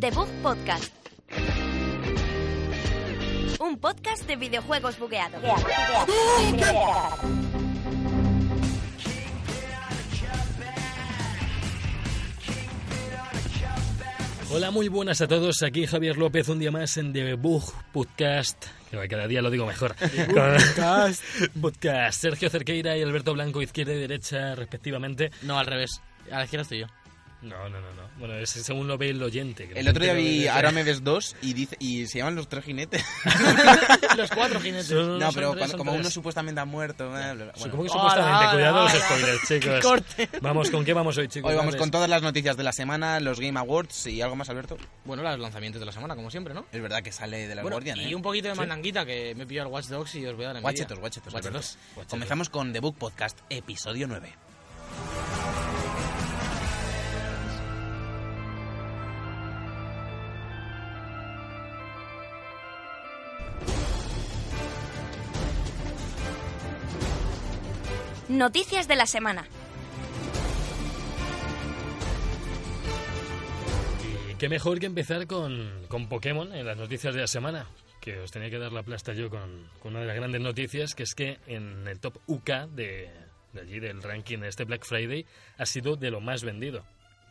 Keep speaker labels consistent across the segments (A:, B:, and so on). A: The Bug Podcast. Un podcast de videojuegos bugueados.
B: Hola, muy buenas a todos. Aquí Javier López, un día más en The Bug Podcast. Que Cada día lo digo mejor.
C: Podcast.
B: Podcast. Sergio Cerqueira y Alberto Blanco, izquierda y derecha, respectivamente.
D: No, al revés. A la izquierda estoy yo.
B: No, no, no. no. Bueno, es según lo ve el oyente. que
C: El otro día
B: oyente lo
C: vi
B: ve-
C: Ahora me ves dos y, dice, y se llaman los tres jinetes.
D: Los cuatro jinetes.
B: Son-
C: No,
B: son
C: pero
B: tres,
C: cuando-
B: son
C: como uno
B: tres.
C: supuestamente ha muerto. bla, bla, bla. Bueno,
B: Supongo que
D: Hola,
B: supuestamente.
D: hola,
B: Cuidado los
D: hola.
B: spoilers, chicos.
D: corte.
B: Vamos, ¿con qué vamos hoy, chicos?
C: Hoy vamos
B: Dale.
C: con todas las noticias de la semana, los Game Awards y algo más, Alberto.
D: Bueno, los lanzamientos de la semana, como siempre, ¿no?
C: Es verdad que sale de la
D: Bueno,
C: Guardian,
D: y
C: ¿eh?
D: un poquito de mandanguita que me he pillado el Watch Dogs y os voy a dar envidia.
C: Guachetos, guachetos,
D: Watch
C: Alberto.
D: Dogs.
C: Comenzamos con The Book Podcast, episodio 9.
A: Noticias de la semana.
B: Y qué mejor que empezar con, con Pokémon en las noticias de la semana, que os tenía que dar la plasta yo con, con una de las grandes noticias, que es que en el top UK de, de allí, del ranking de este Black Friday, ha sido de lo más vendido.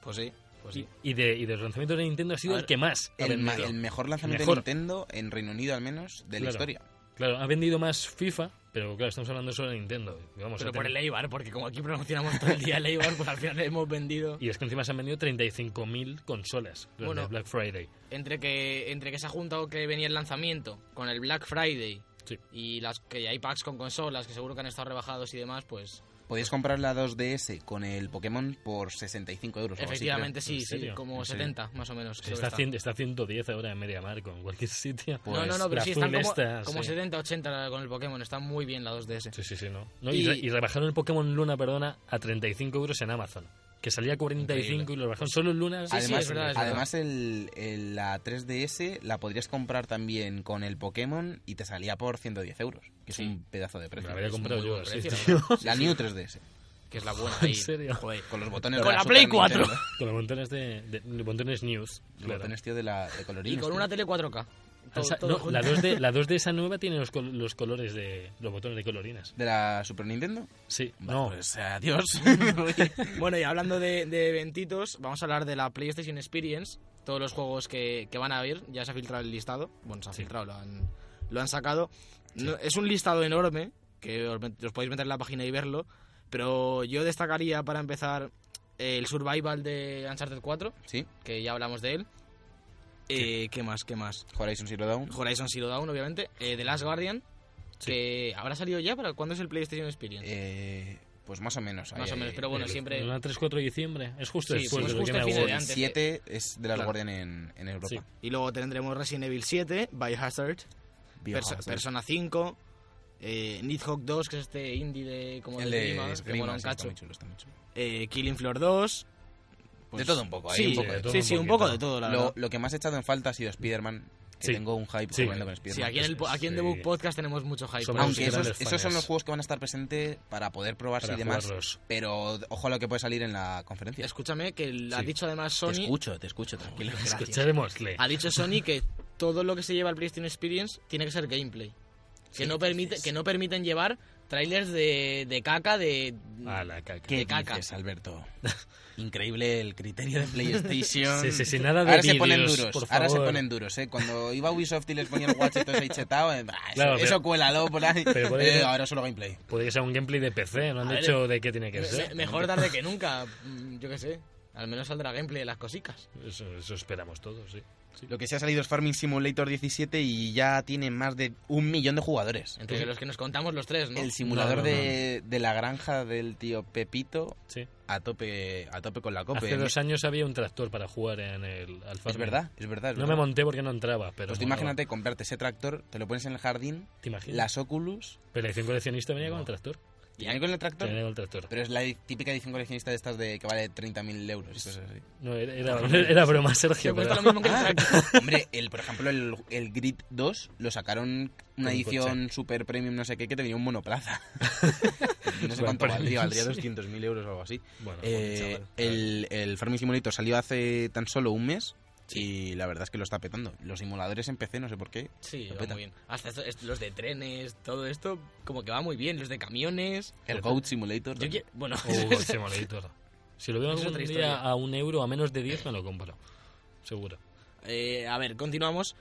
D: Pues sí, pues sí.
B: Y, y de, y del lanzamiento de Nintendo ha sido
D: A
B: el
D: ver,
B: que más ha
C: El, ma-
B: vendido.
C: el mejor lanzamiento
B: Mejor.
C: de Nintendo, en Reino Unido al menos, de la
B: Claro.
C: historia.
B: Claro, ha vendido más FIFA, pero claro, estamos hablando solo de Nintendo. y Vamos,
D: Pero
B: ha
D: por el
B: tenido-
D: Eibar, porque como aquí promocionamos todo el día el Eibar, pues al final hemos vendido.
B: y es que encima se han vendido 35.000 consolas durante
D: Bueno.
B: el Black Friday.
D: Entre que, entre que se ha juntado que venía el lanzamiento con el Black Friday
B: Sí.
D: y las que hay packs con consolas que seguro que han estado rebajados y demás, pues
C: Podías comprar la 2DS con el Pokémon por 65 euros. o algo así, creo.
D: efectivamente
B: ¿En
D: sí, sí,
B: serio?
D: como
B: ¿En serio?
D: 70 más o menos. creo que
B: está, a 100 está a 110 ahora en MediaMarkt o en cualquier sitio.
C: Pues,
D: no, no, no, pero
B: la
D: sí, están
B: azul
D: como,
B: esta,
D: como
B: sí.
D: 70, 80 con el Pokémon. Está muy bien la 2DS.
B: Sí, sí, sí, no. No, y...
D: Y-
B: re- y rebajaron el Pokémon Luna, perdona, a 35 euros en Amazon. Que salía a 45
D: Increíble.
B: y lo rebajaron solo en Luna.
D: Sí, sí,
C: además,
D: es verdad, es
C: además el- el- la 3DS la podrías comprar también con el Pokémon y te salía por 110 euros, que es
D: Sí.
C: un pedazo de
B: Me
C: precio.
B: la habría
D: Es
B: comprado
D: muy
B: yo
D: buen
B: así,
D: precio,
B: tío.
D: la verdad.
C: La New 3DS,
D: Que es la buena ahí.
B: ¿En serio?
D: Joder.
C: con los botones
D: Con
C: de
D: la
C: Super
D: Play 4.
C: Nintendo.
B: Con los montones de, de- los montones news.
C: Los
B: claro.
C: botones, tío, de, la, de colorines,
D: Y con
C: tío.
D: una tele 4K.
B: Han
D: Todo-
B: sa-
D: todo
B: no,
D: junto.
B: la, 2 de, la 2 de esa nueva tiene los, col- los colores de los botones de colorinas.
C: ¿De la Super Nintendo?
B: Sí,
C: Va,
B: no.
C: Pues adiós.
D: Bueno, y hablando de, de eventitos, vamos a hablar de la PlayStation Experience. Todos los juegos que, que van a haber, ya se ha filtrado el listado. Bueno, se ha
B: Sí.
D: filtrado, lo han, lo han sacado. No- es un listado enorme, que os, met- os podéis meter en la página y verlo. Pero yo destacaría para empezar eh, el Survival de Uncharted 4,
C: sí,
D: que ya hablamos de él. Eh, ¿Qué más? ¿Qué más?
C: Horizon Zero Dawn.
D: Horizon Zero Dawn, obviamente. Eh, The Last Guardian, que habrá salido ya, pero ¿cuándo es el PlayStation Experience?
C: Eh, pues más o menos.
D: Más o menos, pero bueno,
B: El-
D: siempre-
B: el 3, 4 de diciembre. Es justo
D: Sí,
B: después
D: pues
B: de lo que
D: justo
B: me
D: el fin de
B: aburre.
D: antes de-
C: 7 es de las
D: Claro.
C: Guardian en, en Europa.
B: Sí.
D: Y luego tendremos Resident Evil 7, Biohazard, Perso-
C: Biohazard.
D: Persona 5, eh, Nidhogg 2, que es este indie de como
C: El
D: de
C: de
D: Grima, que
C: Esgrima,
D: mola un
C: sí, está
D: cacho.
C: muy chulo, está muy chulo.
D: Eh, Killing Floor 2.
C: de todo un poco, hay
D: ¿eh? sí,
C: un poco de
B: todo.
D: sí, sí,
B: un
D: un poco
B: poquito.
D: de todo, la
C: Lo,
D: verdad.
C: lo que más he echado en falta ha sido Spider-Man. Que
B: Sí.
C: tengo un hype
B: Sí.
C: tremendo con Spider-Man.
D: Sí, aquí en, el, po- aquí en The Book
B: Sí.
D: Podcast tenemos mucho hype.
B: Somos
D: por
C: Aunque
D: eso.
B: grandes
C: esos, esos son
B: fanes.
C: los juegos que van a estar presentes para poder probarse
B: Para
C: y demás.
B: jugarlos.
C: Pero ojo a lo que puede salir en la conferencia.
D: Escúchame, que el- ha
B: Sí.
D: dicho además
C: Te
D: Sony.
C: escucho, te escucho, tranquilo.
D: Gracias.
B: Escucharemosle.
D: Ha dicho Sony que todo lo que se lleva al PlayStation Experience tiene que ser gameplay. Que,
C: Sí,
D: no, permite,
C: sí.
D: que no permiten llevar trailers de, de caca, de.
B: A la caca.
C: ¿Qué
D: De caca.
C: dices, Alberto? Increíble el criterio de PlayStation.
B: Sí, sí, sí, nada de
C: Ahora se ponen
B: vídeos,
C: duros,
B: por
C: ahora se
B: favor.
C: ponen duros, ¿eh? Cuando iba a Ubisoft y les ponía el guachetos ahí chetado, eh, bah, eso,
B: Claro, pero-
C: eso cuélalo por ahí.
B: pero por ahí-
C: Eh, ahora solo gameplay.
B: Puede que sea un gameplay de PC, no han
D: A ver,
B: dicho de qué tiene que
D: Me-
B: ser.
D: me- mejor tarde que nunca, mm, yo qué sé. Al menos saldrá gameplay de las cositas.
B: Eso, eso esperamos todos, sí. Sí.
C: Lo que se ha salido es Farming Simulator 17 y ya tiene más de un millón de jugadores.
D: Entre los que nos contamos los tres, ¿no?
C: El simulador
B: No, no, no.
C: De, de la granja del tío Pepito
B: Sí.
C: a tope, a tope con la copa. ¿eh?
B: Hace dos años había un tractor para jugar en el al
C: Es
B: farming.
C: verdad, es verdad. es
B: No me
C: verdad.
B: monté porque no entraba, pero.
C: Pues tú
B: molaba.
C: imagínate comprarte ese tractor, te lo pones en el jardín,
B: ¿Te imaginas?
C: las Oculus
B: Pero la edición coleccionista venía con el tractor.
C: y ¿Titanic con el tractor?
B: Tenía el tractor.
C: Pero es la típica edición coleccionista de estas de que vale 30.000 euros y cosas así. Ah,
B: No, era, era, era broma,
D: Que
B: Sergio.
D: cuesta
B: pero-
D: lo mismo que el tractor.
C: Hombre, el, por ejemplo, el, el Grid 2 lo sacaron
B: Con
C: una
B: un
C: edición super premium, no sé qué, que tenía un monoplaza. no sé
B: Super
C: cuánto
B: premium,
C: valdría, valdría
B: pues sí.
C: 200.000 euros o algo así.
B: Bueno,
C: Eh,
B: chaval.
C: el, el Farming Simulator salió hace tan solo un mes y la verdad es que lo está petando. Los simuladores en PC, no sé por qué.
D: Sí,
C: Lo
D: va
C: peta.
D: muy bien. Hasta esto- est- los de trenes, todo esto, como que va muy bien. Los de camiones.
C: El Goat Simulator.
D: Yo qui- bueno,
B: Uh, ese Simulator. Si lo veo
D: Es
B: algún
D: otra
B: día
D: historia.
B: a un euro, a menos de 10, me lo compro. Seguro.
D: eh, a ver, continuamos.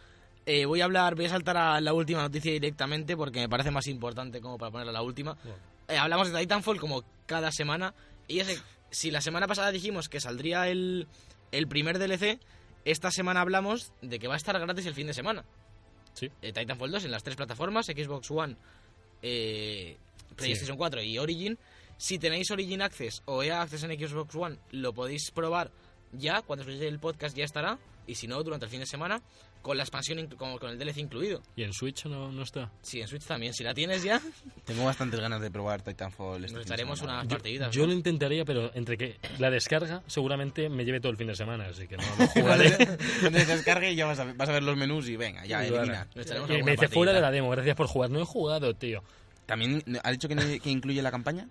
D: Eh, voy a hablar, voy a saltar a la última noticia directamente porque me parece más importante como para ponerla la última.
B: Bueno.
D: Eh, hablamos de Titanfall como cada semana. Y ya sé, si la semana pasada dijimos que saldría el, el primer DLC, esta semana hablamos de que va a estar gratis el fin de semana.
B: Sí.
D: Eh, Titanfall 2 en las tres plataformas, Xbox One, eh, PlayStation 4 y Origin. Si tenéis Origin Access o EA Access en Xbox One, lo podéis probar ya. Cuando escuchéis el podcast ya estará. Y si no, durante el fin de semana, con la expansión, inclu- con, con el DLC incluido.
B: ¿Y en Switch no, no está?
D: Sí, en Switch también. Si la tienes ya,
C: Tengo bastantes ganas de probar Titanfall. este
D: nos
C: fin de
D: daremos
C: semana.
D: unas partiditas.
B: Yo
D: ¿no?
B: lo intentaría, pero entre que la descarga seguramente me lleve todo el fin de semana, así que no lo jugaré.
C: Cuando te descargue ya vas a, ver- vas a ver los menús y venga, ya,
B: Sí,
C: elimina.
D: Nos daremos
B: Y
D: alguna
B: Eh, me dice fuera
D: partidita.
B: de la demo, gracias por jugar. No he jugado, tío.
C: También, ¿ha dicho que, no- que incluye la campaña?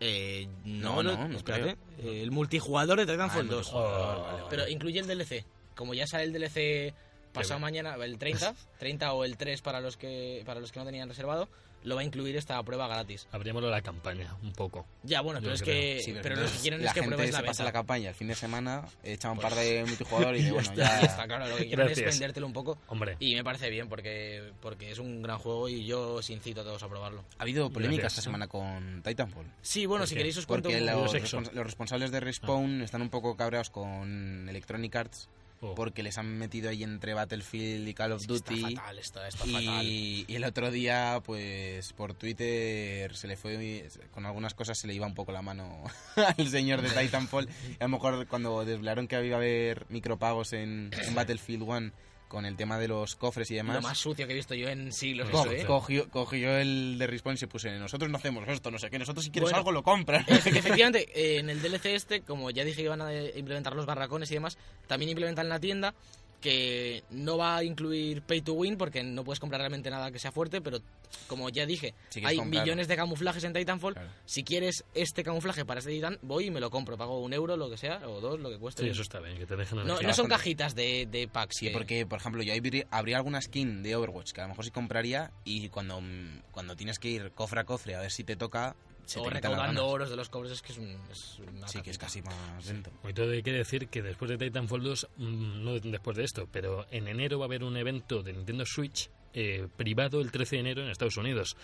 D: Eh,
C: No,
D: no, no,
C: no, no
D: espérate. Eh, el multijugador de
C: Ah, el
D: Titanfall Oh. 2.
C: multijugador, vale, vale.
D: Pero incluye el DLC. Como ya sale el DLC pasado
B: Qué
D: mañana, el 30, 30 o el 3 para los que para los que no tenían reservado, lo va a incluir esta prueba gratis.
B: Abrímoslo la campaña un poco.
D: Ya, bueno,
B: Yo
D: pero es
B: creo.
D: que
C: Sí,
D: Eh, pero lo que
C: entonces
D: quieren
C: la
D: es que
C: gente
D: pruebes la
C: se pasa
D: beta.
C: la campaña el fin de semana, echa un
D: Pues-
C: par de multijugador y de, bueno,
D: Ya
C: ya,
D: está, claro, lo que quieren es
B: Gracias.
D: vendértelo un poco.
B: Hombre,
D: Y me parece bien porque porque es un gran juego y yo os incito a todos a probarlo.
C: Ha habido polémica
B: Gracias.
C: esta semana con Titanfall.
D: Sí, bueno,
B: ¿Por
D: si
B: qué?
D: queréis os cuento
C: Porque
D: un-
C: los,
B: sexo.
C: respons- los responsables de
D: Ah.
C: Respawn están un poco cabreados con Electronic Arts
B: oh,
C: porque les han metido ahí entre Battlefield y Call of
D: Es que Está
C: Duty.
D: fatal esto, está fatal.
C: Y, y el otro día, pues por Twitter se le fue con algunas cosas se le iba un poco la mano al señor de Titanfall. A lo mejor cuando desvelaron que iba a haber micropagos en, en Battlefield One con el tema de los cofres y demás.
D: Lo más sucio que he visto yo en siglos.
C: co-
D: eso, ¿eh?
C: cogió, cogió el de Respawn y se puso en nosotros no hacemos esto, no sé qué, nosotros si quieres
D: Bueno.
C: algo lo compras.
D: Efectivamente, eh, en el DLC este, como ya dije, iban a eh, implementar los barracones y demás, también implementan la tienda que no va a incluir pay to win porque no puedes comprar realmente nada que sea fuerte, pero como ya dije,
C: Si quieres
D: hay
C: comprarlo.
D: millones de camuflajes en Titanfall.
C: Claro.
D: Si quieres este camuflaje para este Titan, voy y me lo compro, pago un euro, lo que sea, o dos, lo que cueste.
B: sí, eso está bien, que te dejen
D: no,
B: elegir.
D: no son
C: bastante.
D: cajitas de, de packs.
C: Sí,
D: que-
C: porque, por ejemplo, yo ahí habría- habría alguna skin de Overwatch que a lo mejor sí compraría y cuando, cuando tienes que ir cofre a cofre a ver si te toca, se
D: o
C: te quitan las
D: recaudando
C: ganas.
D: oros de los cobres, es que es, un, es una
C: Sí, que es
D: cajita.
C: casi más lento.
B: Hoy todo hay que decir que después de Titanfall 2, mm, no después de esto, pero en enero va a haber un evento de Nintendo Switch eh, privado el 13 de enero en Estados Unidos.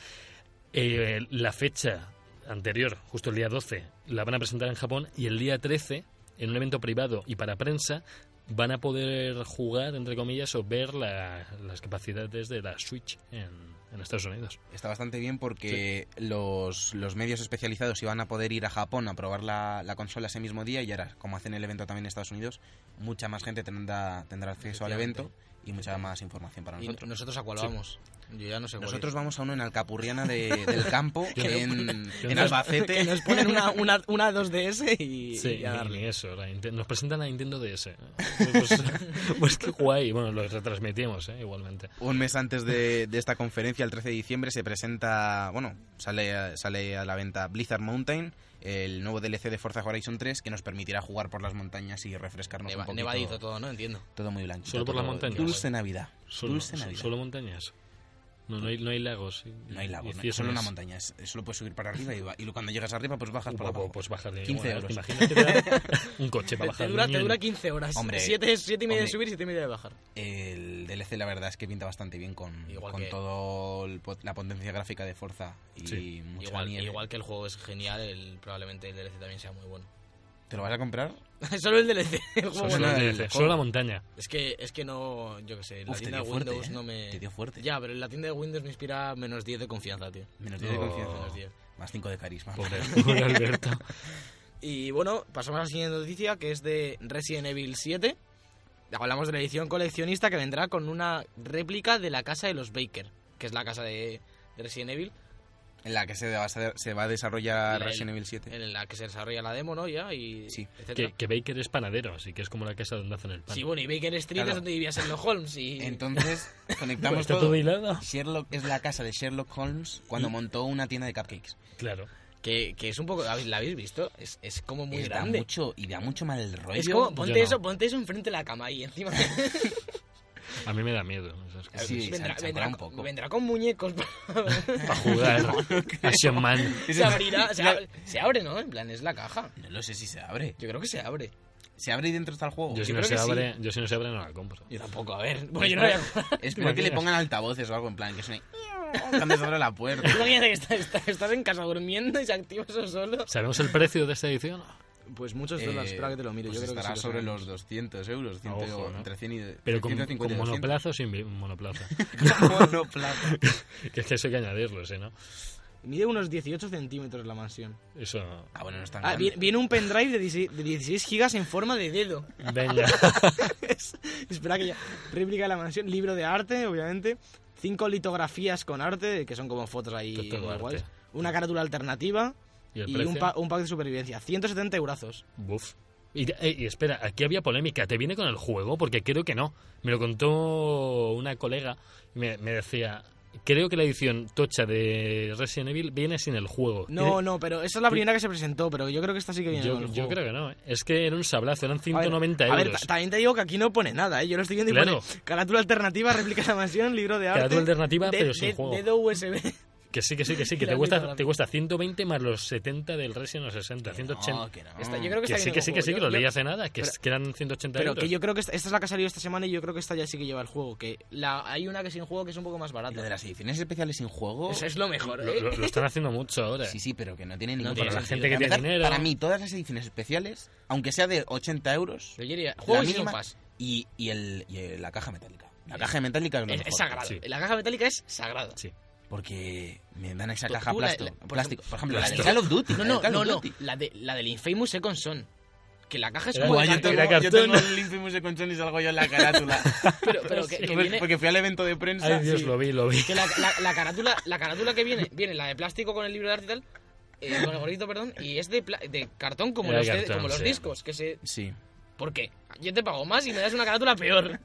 B: Eh, la fecha anterior, justo el día 12, la van a presentar en Japón y el día 13, en un evento privado y para prensa, van a poder jugar, entre comillas, o ver la- las capacidades de la Switch en, en Estados Unidos.
C: Está bastante bien porque los, los medios especializados iban a poder ir a Japón a probar la, la consola ese mismo día y ahora, como hacen el evento también en Estados Unidos, mucha más gente tendrá, tendrá acceso al
D: Efectivamente.
C: evento y mucha más información para
D: ¿Y
C: nosotros.
D: nosotros a cuál
B: Sí.
D: vamos? Yo ya no sé cuál ir.
C: Nosotros vamos a uno en Alcapurriana de- del campo, en,
B: yo
C: en
B: no-
C: Albacete.
D: que nos ponen una, una, una 2DS y, y a
B: ni
D: darle.
B: eso. la Ninte- nos presentan la Nintendo DS. Pues, pues qué guay. Bueno, lo retransmitimos, ¿eh? igualmente.
C: Un mes antes de, de esta conferencia, el 13 de diciembre, se presenta, bueno, sale, a- sale a la venta Blizzard Mountain, el nuevo DLC de Forza Horizon 3 que nos permitirá jugar por las montañas y refrescarnos
D: Neva-
C: un poquito.
D: nevadito todo, ¿no? Entiendo.
C: Todo muy blanco.
B: Solo por las montañas.
C: Dulce Navidad.
B: Solo,
C: Dulce
B: so-
C: Navidad.
B: solo montañas. No, no, hay, no hay lagos. y-
C: no hay lago,
B: y
C: no,
B: fiesones.
C: solo una montaña. es- Solo puedes subir para arriba y, va- y cuando llegas arriba, pues bajas
B: Uh,
C: para
B: pues,
C: abajo.
B: pues bajarle.
C: 15
B: bueno,
C: euros.
B: Imagínate te da un coche
D: Te,
B: para
D: te
B: bajar.
D: dura, te dura 15 horas.
C: Hombre.
D: 7, y media de
C: Hombre.
D: subir, 7 y media de bajar.
C: El DLC, la verdad es que pinta bastante bien con,
D: Igual
C: con
D: que-
C: todo el pot- la potencia gráfica de Forza y
B: Sí.
C: mucha
D: Igual,
C: nieve.
D: igual que el juego es genial, el- probablemente el DLC también sea muy bueno.
C: ¿Te lo vas a comprar?
D: Solo el DLC. el
B: Solo,
D: juego
C: bueno,
B: solo
D: no.
B: el DLC,
C: el juego.
B: solo la montaña.
D: Es que, es que no, yo qué sé, la
C: Uf, te
D: tienda de
C: dio fuerte,
D: Windows
C: ¿eh?
D: no me...
C: Te dio fuerte.
D: Ya, pero la tienda de Windows me inspira menos 10 de confianza, tío.
C: Menos 10 de
B: No.
C: confianza.
D: Menos 10.
C: Más 5 de carisma.
B: Pobre, pobre Alberto.
D: Y bueno, pasamos a la siguiente noticia, que es de Resident Evil 7. Hablamos de la edición coleccionista que vendrá con una réplica de la casa de los Baker, que es la casa de, de Resident Evil.
C: en la que se va a, ser- se va a desarrollar
D: La-
C: Resident Evil 7.
D: en la que se desarrolla la demo, ¿no? Ya, y
C: Sí.
D: etcétera.
B: Que, que Baker es panadero, así que es como la casa donde hacen el pan.
D: Sí, bueno, y Baker Street
C: Claro.
D: es donde vivía Sherlock Holmes y...
C: Entonces,
B: Bueno,
C: conectamos
B: está
C: todo.
B: todo hilado.
C: Sherlock es la casa de Sherlock Holmes cuando
B: Y-
C: montó una tienda de cupcakes.
B: Claro.
D: que, que es un poco... ¿La habéis- la habéis visto? Es, es como muy
C: Y da
D: grande.
C: mucho, y da mucho mal rollo.
D: Es como,
B: yo
D: ponte
B: no.
D: eso, ponte eso enfrente de la cama y encima
B: A mí me da miedo esas cosas.
C: Sí, se
D: vendrá,
C: achacará
D: vendrá
C: un
D: con-
C: poco.
D: vendrá con muñecos.
B: Para jugar Action Man.
D: se abrirá, se, abre, se abre, ¿no? En plan, es la caja.
C: No lo sé si se abre.
D: Yo creo que se abre.
C: ¿Se abre y dentro está el juego?
B: Yo si,
D: Yo
B: no
D: creo
B: se
D: que sí.
B: abre, yo si no se abre no la compro.
D: Yo tampoco, a ver. Bueno, yo no voy a...
C: Espero que le
B: imaginas?
C: pongan altavoces o algo en plan que suene cuando se abre la puerta.
D: Imagínate que estás, estás- estás en casa durmiendo y se activa eso solo.
B: ¿Sabemos el precio de esta edición?
D: Pues muchos
C: Eh, pues estará sobre los 200 euros, 100,
B: Ojo, ¿no?
C: entre 100 y
B: Pero con, con
C: 150 y
B: monoplazo o sin vi- monoplazo.
C: 200. Monoplazo.
B: que es que eso hay que añadirlo, ¿sí, ¿no?
D: Mide unos 18 centímetros la mansión.
B: Eso.
C: Ah, bueno, no está
D: Ah, viene, viene un pendrive de 16, de 16 gigas en forma de dedo.
B: Venga.
D: Es- Espera que ya. Réplica de la mansión, libro de arte, obviamente. Cinco litografías con arte, que son como fotos ahí.
B: Todo
D: muy
B: arte.
D: guays. Una carátula alternativa
B: ¿Y el
D: y,
B: precio?
D: un, pa- un pack de supervivencia. 170 eurazos.
B: Buf. Y, eh, y espera, aquí había polémica. ¿Te viene con el juego? Porque creo que no. Me lo contó una colega. y Me, me decía, creo que la edición tocha de Resident Evil viene sin el juego.
D: No,
B: Eh,
D: no, pero esa es la primera que se presentó, pero yo creo que esta sí que viene
B: Yo,
D: con el
B: yo
D: juego.
B: creo que no. eh. Es que era un sablazo, eran
D: A ver,
B: 190
D: a ver,
B: euros.
D: ta- también te digo que aquí no pone nada, ¿eh? Yo lo estoy viendo y
B: Claro.
D: pone carátula alternativa, réplica de la mansión, libro de arte.
B: Carátula alternativa,
D: de-
B: pero sin
D: de-
B: juego.
D: Dedo USB.
B: Que sí, que sí, que sí, que te
D: Grande
B: cuesta,
D: para
B: te
D: mí.
B: cuesta 120 más los 70 del Resident Evil 60,
C: Que
B: 180.
C: No, que no.
D: Esta- yo creo que,
B: que
D: esta
B: sí,
D: viene
B: que
D: con
B: sí, que sí,
D: juego.
B: que lo
D: Yo-
B: leí
D: yo-
B: hace nada, que,
D: pero-
B: es- que eran 180
D: Pero
B: euros.
D: que yo creo que esta, esta es la que ha salido esta semana y yo creo que esta ya sí que lleva el juego. Que la, hay una que sin juego que es un poco más barata.
C: Lo de las ediciones especiales sin juego.
D: Eso es lo mejor,
B: Lo,
D: ¿eh?
B: lo- lo están haciendo mucho ahora.
C: Sí, sí, pero que no tiene ningún
B: para la gente
C: sentido.
B: que
C: Para
B: eh. tiene
C: empezar,
B: dinero.
C: Para mí, todas las ediciones especiales, aunque sea de 80 euros,
D: Yo diría,
C: la
D: juego sin un
C: mínima,
D: pas.
C: y, y, el, y el- la caja metálica. La caja metálica es lo
D: Es,
C: mejor.
D: es sagrado.
B: sí.
D: La caja metálica es sagrada.
B: Sí.
C: Porque me dan esa
D: Tú-
C: caja
D: Pues tú la-
C: plasto-
D: la- por
C: plástico. Por ejemplo, la del
B: Plasto.
C: Call of Duty.
D: No,
C: la del
D: no,
C: Call
D: no,
C: of
D: no.
C: Duty.
D: La, de, la del Infamous Second Son. Que la caja es
B: Era
D: como
B: guay,
D: de
B: yo
D: cartón,
B: tengo-
C: Pues yo tengo el Infamous de Conchón y salgo yo en la carátula.
D: pero, pero que, que
C: Pues-
D: viene...
C: Porque fui al evento de prensa.
B: Ay, Dios,
C: sí.
B: lo vi, lo vi.
D: Que la, la- la carátula, la carátula que viene, viene la de plástico con el libro de arte y tal, eh, con el gorrito, perdón, y es de, pla- de cartón como
B: Era
D: los, de-
B: cartón,
D: como los
B: sí.
D: discos. Que se...
C: Sí.
D: ¿Por qué? Yo te pago más y me das una carátula peor.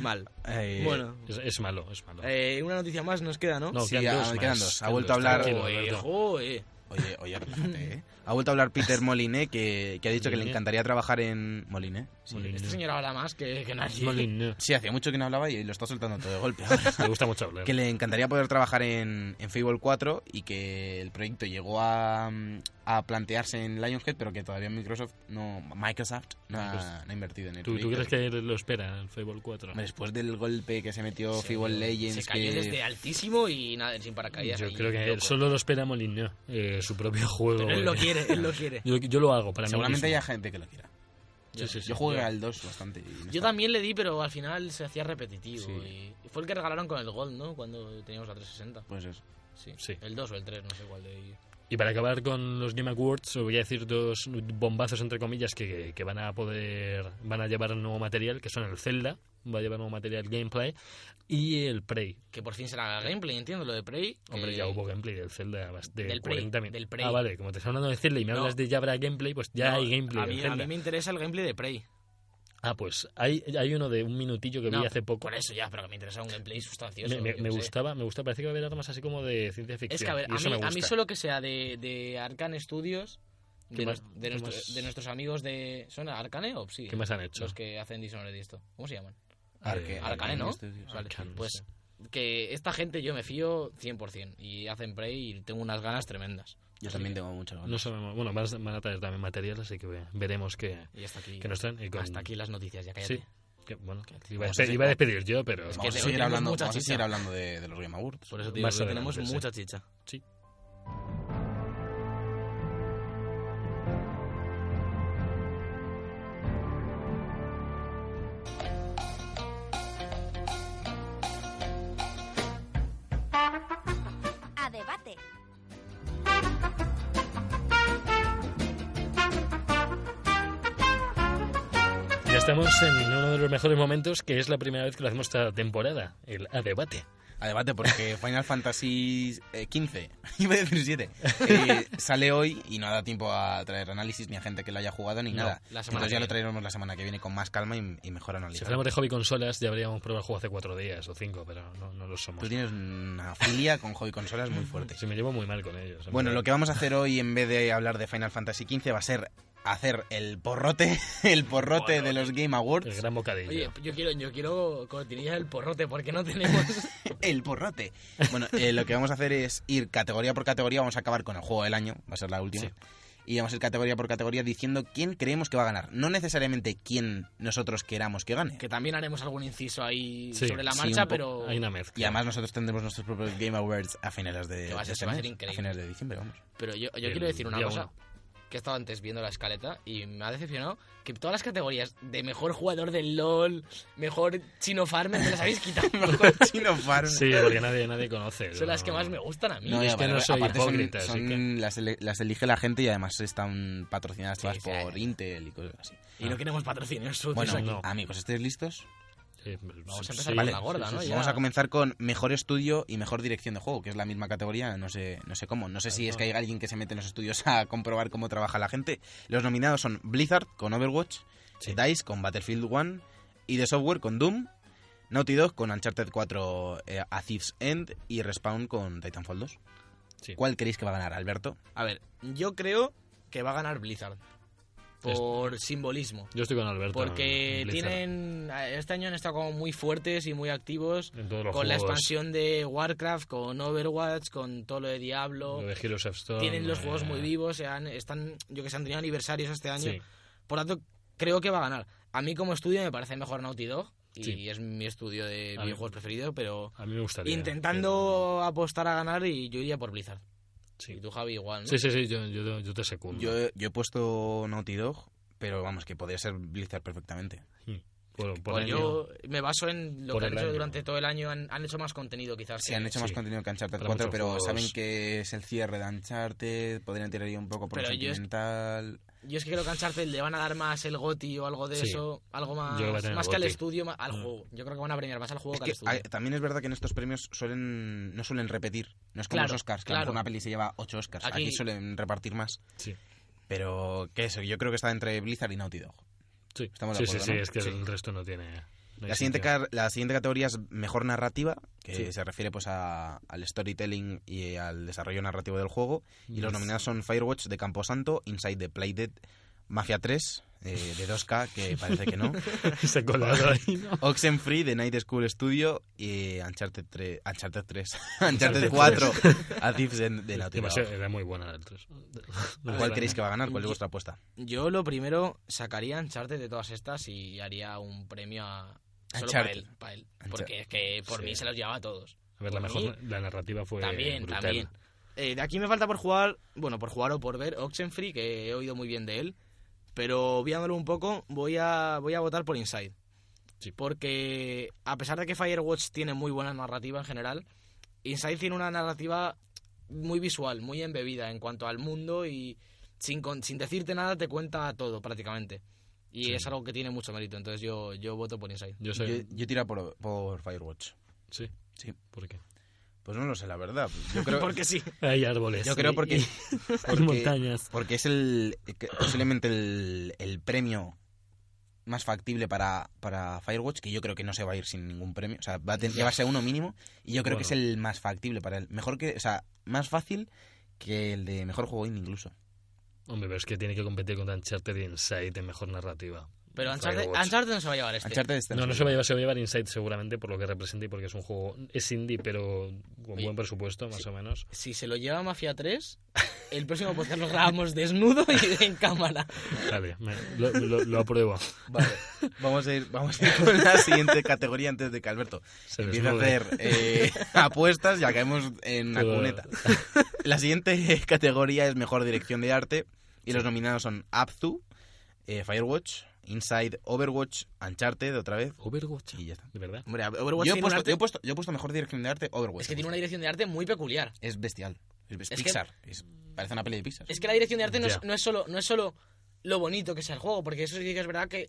D: Mal.
C: Eh,
D: Bueno,
B: Es, es malo, es malo.
D: eh, una noticia más nos queda, ¿no?
B: no, eh,
C: sí,
B: quedan
C: ah,
B: dos
C: me
B: más,
C: quedan dos. Ha
B: quedan
C: vuelto a hablar-
B: tranquilo,
D: Joder,
B: Alberto.
D: joder.
C: Oye, oye, relájate, ¿eh? Ha vuelto a hablar Peter Moliné, que, que ha dicho que le
B: Moliné.
C: encantaría trabajar en... ¿Moliné? Sí.
B: Molin,
D: Este
B: no.
D: señor habla más que, que nadie.
B: Molin, no.
C: Sí, hacía mucho que no hablaba y lo está soltando todo de golpe ahora.
B: Me gusta mucho hablar.
C: que le encantaría poder trabajar en, en Fable 4 y que el proyecto llegó a, mm, a plantearse en Lionhead, pero que todavía Microsoft no, Microsoft no ha, no ha invertido en el
B: ¿Tú, tú
C: proyecto.
B: crees que lo espera el Fable 4?
C: Hombre, Después del golpe que se metió Fable
D: Se
C: Legends,
D: cayó
C: que
D: desde altísimo y nada, sin paracaídas.
B: Yo
D: ahí,
B: creo que
D: loco.
B: solo lo espera Molin, eh, su propio juego. eh.
D: Pero él lo quiere, él lo quiere.
B: Yo, yo lo hago para mí
C: seguramente
B: mismo.
C: haya gente que lo quiera.
B: Sí, sí, sí.
C: Yo jugué al 2 bastante. y no
D: Yo
C: está-
D: también le di, pero al final se hacía repetitivo.
C: Sí.
D: Y fue el que regalaron con el Gold, ¿no? Cuando teníamos la 360.
C: Pues eso.
D: Sí.
B: Sí.
D: El 2 o el 3, no sé cuál de ellos.
B: Y para acabar con los Game Awards, os voy a decir dos bombazos, entre comillas, que, que van a poder. van a llevar nuevo material, que son el Zelda, va a llevar nuevo material gameplay, y el Prey.
D: Que por fin será gameplay, entiendo lo de Prey.
B: Hombre,
D: que-
B: ya hubo gameplay del Zelda bast- de
D: Eh, Del Prey,
B: 40 min-
D: del Prey.
B: Ah, vale, como te están hablando de Zelda y me
D: No.
B: hablas de ya habrá gameplay, pues ya
D: No,
B: hay gameplay.
D: A
B: del
D: mí, a
B: Zelda.
D: mí me interesa el gameplay de Prey.
B: Ah, pues hay, hay uno de un minutillo que
D: No,
B: vi hace poco.
D: Por eso ya, pero que me interesa un gameplay sustancioso.
B: Me, me-
D: yo
B: me
D: qué sé.
B: gustaba, me gustaba, parece que va a haber armas así como de ciencia ficción.
D: Es que a ver,
B: y
D: a
B: eso
D: mí,
B: me
D: a
B: gusta.
D: mí solo que sea de, de Arcane Studios,
B: ¿Qué
D: de,
B: más-
D: nos-
B: qué
D: de, nuestro-
B: más-
D: de nuestros amigos de. ¿Son Arcane o sí?
B: ¿Qué más han hecho?
D: Los que hacen Dishonored y esto. ¿Cómo se llaman?
B: Arque-
C: Arque-
D: Arcane, ¿no?
C: este,
D: Vale,
B: Arcane,
D: pues que esta gente yo me fío 100% y hacen Prey y tengo unas ganas tremendas.
C: Yo también tengo mucho.
B: No sabemos. Bueno, van a- van a traer también material, así que ve- veremos qué,
D: Y hasta aquí,
B: qué nos traen. Y con-
D: hasta aquí las noticias, ya cállate.
B: Sí. Que, bueno, iba, a
C: vamos
B: despe-
C: a seguir-
B: iba a despedir yo, pero.
D: Es que
C: Vamos a
D: te-
C: seguir
D: tenemos
C: hablando,
D: mucha
C: vamos a seguir
D: chicha.
C: hablando de, de los Game Awards.
D: Por eso te
B: Más
D: digo que
B: adelante,
D: tenemos
B: sí.
D: mucha chicha.
B: Sí.
A: A debate.
B: Ya estamos en uno de los mejores momentos, que es la primera vez que lo hacemos esta temporada, el A Debate.
C: A debate, porque Final Fantasy eh, 15, iba a decir 7, sale hoy y no ha dado tiempo a traer análisis ni a gente que lo haya jugado ni
D: No,
C: nada.
D: la semana
C: Entonces
D: que
C: ya lo
D: viene.
C: traeremos la semana que viene con más calma y, y mejor
B: Si
C: analizado.
B: fuéramos de hobby consolas, ya habríamos probado el juego hace cuatro días o cinco, pero no, no lo somos.
C: Tú tienes una filia con hobby consolas muy fuerte.
B: Se me llevo muy mal con ellos. en
C: Bueno,
B: verdad.
C: lo que vamos a hacer hoy, en vez de hablar de Final Fantasy XV, va a ser hacer el porrote, el porrote de los Game
B: El
C: Awards.
B: gran bocadillo.
D: Oye, yo quiero, yo quiero cortinilla del porrote porque no tenemos.
C: El porrote. Bueno, eh, lo que vamos a hacer es ir categoría por categoría, vamos a acabar con el juego del año, va a ser la última.
B: Sí.
C: Y vamos a ir categoría por categoría diciendo quién creemos que va a ganar. No necesariamente quién nosotros queramos que gane.
D: que también haremos algún inciso ahí
B: Sí,
D: sobre la
C: sí,
D: marcha,
C: un po-
D: pero.
B: Hay una mezcla.
C: Y además nosotros tendremos nuestros propios Game Awards a finales de,
D: Que va a ser-
C: de este
D: va a
C: mes,
D: ser increíble.
C: a finales de diciembre, vamos.
D: Pero yo, yo
B: El
D: quiero decir una
B: día
D: cosa.
B: uno.
D: Que he estado antes viendo la escaleta y me ha decepcionado que todas las categorías de mejor jugador del LOL, mejor chino farmer, me las habéis quitado.
C: Chino Farm.
B: Sí, porque nadie, nadie conoce.
D: Son las
B: no-
D: que más me gustan a mí.
B: No, es que
C: aparte-
B: no soy
C: aparte son-
B: hipócrita, así
C: son-
B: que-
C: las, ele- las elige la gente y además están patrocinadas
D: Sí,
C: todas
D: sí,
C: por
D: sí.
C: Intel y cosas así.
D: Y no queremos patrocinios sucios
C: Bueno,
D: aquí.
B: no.
C: amigos, ¿estáis listos?
B: Sí,
D: Vamos a
B: sí,
D: empezar
B: sí,
D: por
B: sí,
D: la gorda,
B: sí,
D: ¿no?
B: sí,
D: Ya.
C: Vamos a comenzar con mejor estudio y mejor dirección de juego, que es la misma categoría, no sé, no sé cómo. No sé si es que hay alguien que se mete en los estudios a comprobar cómo trabaja la gente. Los nominados son Blizzard con Overwatch,
B: Sí.
C: DICE con Battlefield 1 y The Software con Doom, Naughty Dog con Uncharted 4 eh, A Thief's End y Respawn con Titanfall 2.
B: sí.
C: ¿Cuál creéis que va a ganar, Alberto?
D: A ver, yo creo que va a ganar Blizzard. Por simbolismo.
B: Yo estoy con Alberto.
D: Porque
B: en Blizzard.
D: tienen. Este año han estado como muy fuertes y muy activos.
B: En todos los
D: Con la
B: juegos,
D: expansión de Warcraft, con Overwatch, con todo lo de Diablo.
B: lo de Heroes of Storm,
D: Tienen los juegos
B: eh,
D: muy vivos. se han- están, yo que sé, han tenido aniversarios este año.
B: Sí.
D: Por tanto, creo que va a ganar. A mí, como estudio, me parece mejor Naughty Dog. Y
B: Sí.
D: es mi estudio de
B: A mí-
D: videojuegos preferido, pero.
B: A mí me gustaría.
D: Intentando apostar a ganar y yo iría por Blizzard.
B: pero- sí.
D: Y tú, Javi, igual. ¿no?
B: Sí, sí, sí, yo, yo, yo te secundo.
C: Yo, yo he puesto Naughty Dog, pero vamos, que podría ser Blizzard perfectamente.
B: Por, por el
D: Pues
B: mío.
D: yo me baso en lo
B: Por
D: que han
B: el
D: hecho
B: año.
D: durante todo el año. Han, han hecho más contenido, quizás.
C: Sí,
D: que-
C: han hecho más
B: sí.
C: contenido que Uncharted
B: Para
C: 4,
B: muchos
C: pero
B: juegos.
C: saben que es el cierre de Uncharted, podrían tirar ahí un poco por lo
D: Pero yo es-
C: sentimental.
D: Yo es que creo que a Uncharted le van a dar más el GOTI o algo de
B: Sí.
D: eso. Algo
B: Yo creo que va a
D: más,
B: tener
D: más que al
B: GOTY.
D: estudio, ma- al
B: Mm.
D: juego. Yo creo que van a premiar más al juego
C: Es
D: que,
C: que,
D: al estudio.
C: ah, también es verdad que en estos premios suelen no suelen repetir, no es como
D: Claro,
C: los Oscars, que a lo mejor
D: claro.
C: una peli se lleva 8 Oscars, aquí,
D: Aquí-
C: suelen repartir más.
B: Sí.
C: Pero que eso, yo creo que está entre Blizzard y Naughty Dog.
B: Sí,
C: Estamos
B: sí,
C: de
B: sí,
C: acuerdo,
B: sí,
C: ¿no?
B: es que
C: Sí.
B: el resto no tiene. no hay
C: La siguiente,
B: sentido.
C: car- la siguiente categoría es mejor narrativa, que
B: Sí.
C: se refiere pues a- al storytelling y al desarrollo narrativo del juego. Y
B: Yes.
C: los nominados son Firewatch de Camposanto, Inside the Playdead, Mafia 3 eh, de 2K, que parece que no,
B: Se ha este colado ahí, ¿no?
C: Oxenfree de Night School Studio y Uncharted 3, Uncharted 3, Uncharted
B: Uncharted pues,
C: 4, a Thieves End de Naughty Dog.
B: Demasiado- Era muy buena la 3.
C: ¿Cuál creéis que va a ganar? ¿Cuál es vuestra apuesta?
D: Yo lo primero sacaría Uncharted de todas estas y haría un premio a. Solo para
C: Uncharted.
D: él, para él.
C: Unchar-
D: Porque es que por
B: Sí.
D: mí se los llevaba a todos.
B: A ver, la
D: Por
B: mejor. La narrativa fue.
D: también,
B: brutal.
D: también. Eh, de aquí me falta por jugar, bueno, por jugar o por ver Oxenfree, que he oído muy bien de él. Pero viéndolo un poco, voy a, voy a votar por Inside.
B: Sí.
D: Porque a pesar de que Firewatch tiene muy buena narrativa en general, Inside tiene una narrativa muy visual, muy embebida en cuanto al mundo y sin, con- sin decirte nada te cuenta todo prácticamente. Y
B: Sí.
D: es algo que tiene mucho mérito, entonces yo, yo voto por Inside.
B: Yo
C: Yo,
B: soy.
C: yo tiro por, por Firewatch.
B: Sí.
C: Sí.
B: ¿Por qué?
C: Pues no lo sé, la verdad. Yo creo,
D: Porque sí.
B: Hay árboles.
C: yo creo
B: y-
C: porque...
B: y- y montañas.
C: Porque es el eh, que- posiblemente el, el premio más factible para, para Firewatch, que yo creo que no se va a ir sin ningún premio. O sea, va a ten- llevarse uno mínimo. Y yo creo que es
B: Bueno.
C: el más factible para él. Mejor que, o sea, más fácil que el de mejor juego indie incluso.
B: Hombre, pero es que tiene que competir contra Uncharted y Inside en mejor narrativa.
D: Pero Uncharted,
B: Firewatch.
D: Uncharted no se va a llevar este.
C: Uncharted está en
B: No, no
C: su-
B: se va a llevar, se va a llevar Inside seguramente por lo que representa y porque es un juego. Es indie, pero con
D: Oye,
B: buen presupuesto, más
D: sí.
B: o menos.
D: Si se lo lleva Mafia 3, el próximo podcast lo grabamos desnudo y en cámara.
B: Vale, me- lo, lo- lo apruebo.
C: Vale. Vamos a ir, vamos a ir con la siguiente categoría antes de que Alberto
B: Se
C: empiece a
B: desnude.
C: hacer eh, apuestas y acabemos en la
B: Todo-
C: cuneta. La siguiente categoría es Mejor Dirección de Arte y los nominados son Abzu, eh, Firewatch, Inside, Overwatch, Uncharted otra vez
B: Overwatch.
C: y ya está.
B: De verdad.
D: Hombre, Overwatch
C: Yo he,
D: tiene un
C: puesto,
D: arte-
C: yo he puesto- yo he puesto Mejor Dirección de Arte Overwatch.
D: Es que
C: he
D: tiene una
C: puesto.
D: dirección de arte muy peculiar.
C: Es bestial. Es, es
D: Es que-
C: Pixar. Es- parece una peli de Pixar.
D: Es que la dirección de arte no,
B: Ya.
D: es, no es solo, no es solo lo bonito que sea el juego, porque eso sí que es verdad que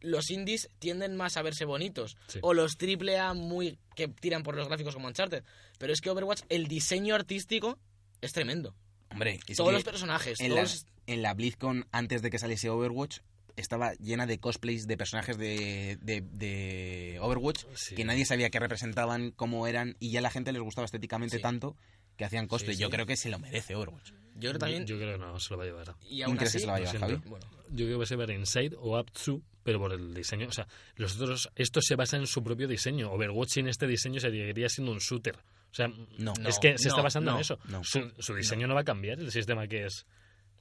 D: los indies tienden más a verse bonitos.
B: Sí.
D: O los triple A muy que tiran por los gráficos como Uncharted. Pero es que Overwatch, el diseño artístico es tremendo.
C: Hombre, es
D: todos
C: que
D: los personajes,
C: en, la,
D: todos-
C: en la BlizzCon, antes de que saliese Overwatch, estaba llena de cosplays de personajes de, de- de Overwatch
B: Sí.
C: que nadie sabía qué representaban, cómo eran, y ya la gente les gustaba estéticamente
D: Sí.
C: tanto que hacían cosplay.
D: Sí,
C: Yo
D: sí.
C: creo que se lo merece Overwatch.
D: Yo creo también.
B: Yo, yo creo que no, se lo va a llevar.
D: y
C: ¿Quién
D: aún
C: crees que
D: así,
C: se la va a
B: lo
C: llevar,
B: siento.
C: Javi?
D: bueno,
B: Yo creo que va a ser Inside o Aptsu, pero por el diseño. O sea, los otros, esto se basa en su propio diseño. Overwatch sin este diseño seguiría siendo un shooter. O sea,
C: No.
B: es que se
D: no,
B: está basando
D: no,
B: en eso.
C: no.
B: su, su diseño no. va a cambiar, el sistema que es.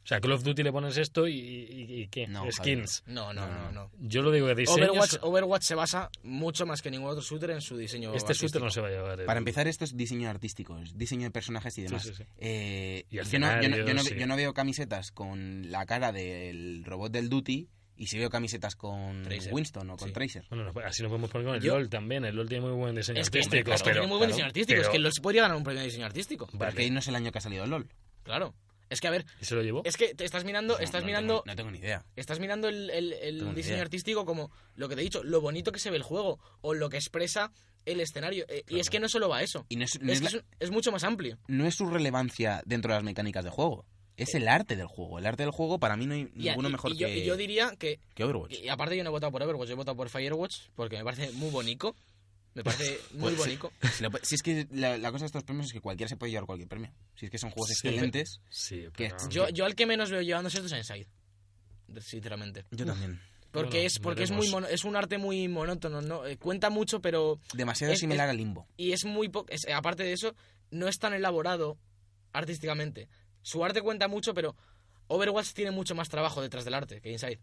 B: O sea, Call of Duty le pones esto y, y- y ¿qué?
C: No, Javi.
B: Skins.
D: no, no,
C: No,
D: no.
C: no.
D: no.
B: Yo lo digo de diseño.
D: Overwatch,
B: su-
D: Overwatch se basa mucho más que ningún otro shooter en su diseño.
B: este shooter
D: artístico.
B: no se va a llevar. el-
C: Para empezar, esto es diseño artístico, es diseño de personajes y demás.
B: sí, sí.
C: Eh,
B: Y
C: yo, no, yo no- yo no-
B: escenarios, sí.
C: yo no veo camisetas con la cara del robot del Duty y sí veo camisetas con
D: Tracer.
C: Winston o con
D: Sí.
C: Tracer.
B: Bueno, no, así nos podemos poner con el
D: Yo-
B: LOL también. El LOL tiene muy buen diseño
D: Es que este
B: artístico.
D: claro,
B: pero,
D: tiene muy buen
B: claro,
D: diseño artístico.
B: pero-
D: Es que los podría ganar un premio de diseño artístico.
C: Porque
B: Vale.
C: ahí no es el año que ha salido LOL.
D: Claro. Es que a ver,
B: ¿Y se lo llevó?
D: es que te estás mirando, estás
C: No, no
D: mirando,
C: tengo- no tengo ni idea.
D: estás mirando el, el- el
C: Tengo ni
D: diseño
C: idea.
D: artístico como lo que te he dicho, lo bonito que se ve el juego o lo que expresa el escenario. Eh, Y es que no solo va a eso.
C: Y no es, no
D: Es,
C: es
D: que
C: la-
D: es un- es mucho más amplio.
C: no es su relevancia dentro de las mecánicas de juego. Es el arte del juego. El arte del juego para mí no hay
D: Y a-
C: ninguno
D: y-
C: mejor
D: y yo,
C: que,
D: y yo diría que
C: que Overwatch.
D: Y aparte yo no he votado por Overwatch, yo he votado por Firewatch porque me parece muy bonito. Me parece muy
C: Pues sí.
D: bonito.
C: Si, lo pu- si es que la, la cosa de estos premios es que cualquiera se puede llevar cualquier premio. Si es que son juegos
B: Sí,
C: excelentes.
B: Sí,
C: que-
B: pero-
D: Yo, yo al que menos veo llevándose esto es a Inside. Sinceramente.
C: Yo también.
D: Porque
B: Bueno,
D: es porque es muy
B: veremos.
D: mono- es un arte muy monótono, no Eh, cuenta mucho, pero
C: Demasiado
D: Es-
C: similar a Limbo.
D: y es muy po- es- aparte de eso no es tan elaborado artísticamente. Su arte cuenta mucho, pero Overwatch tiene mucho más trabajo detrás del arte que Inside.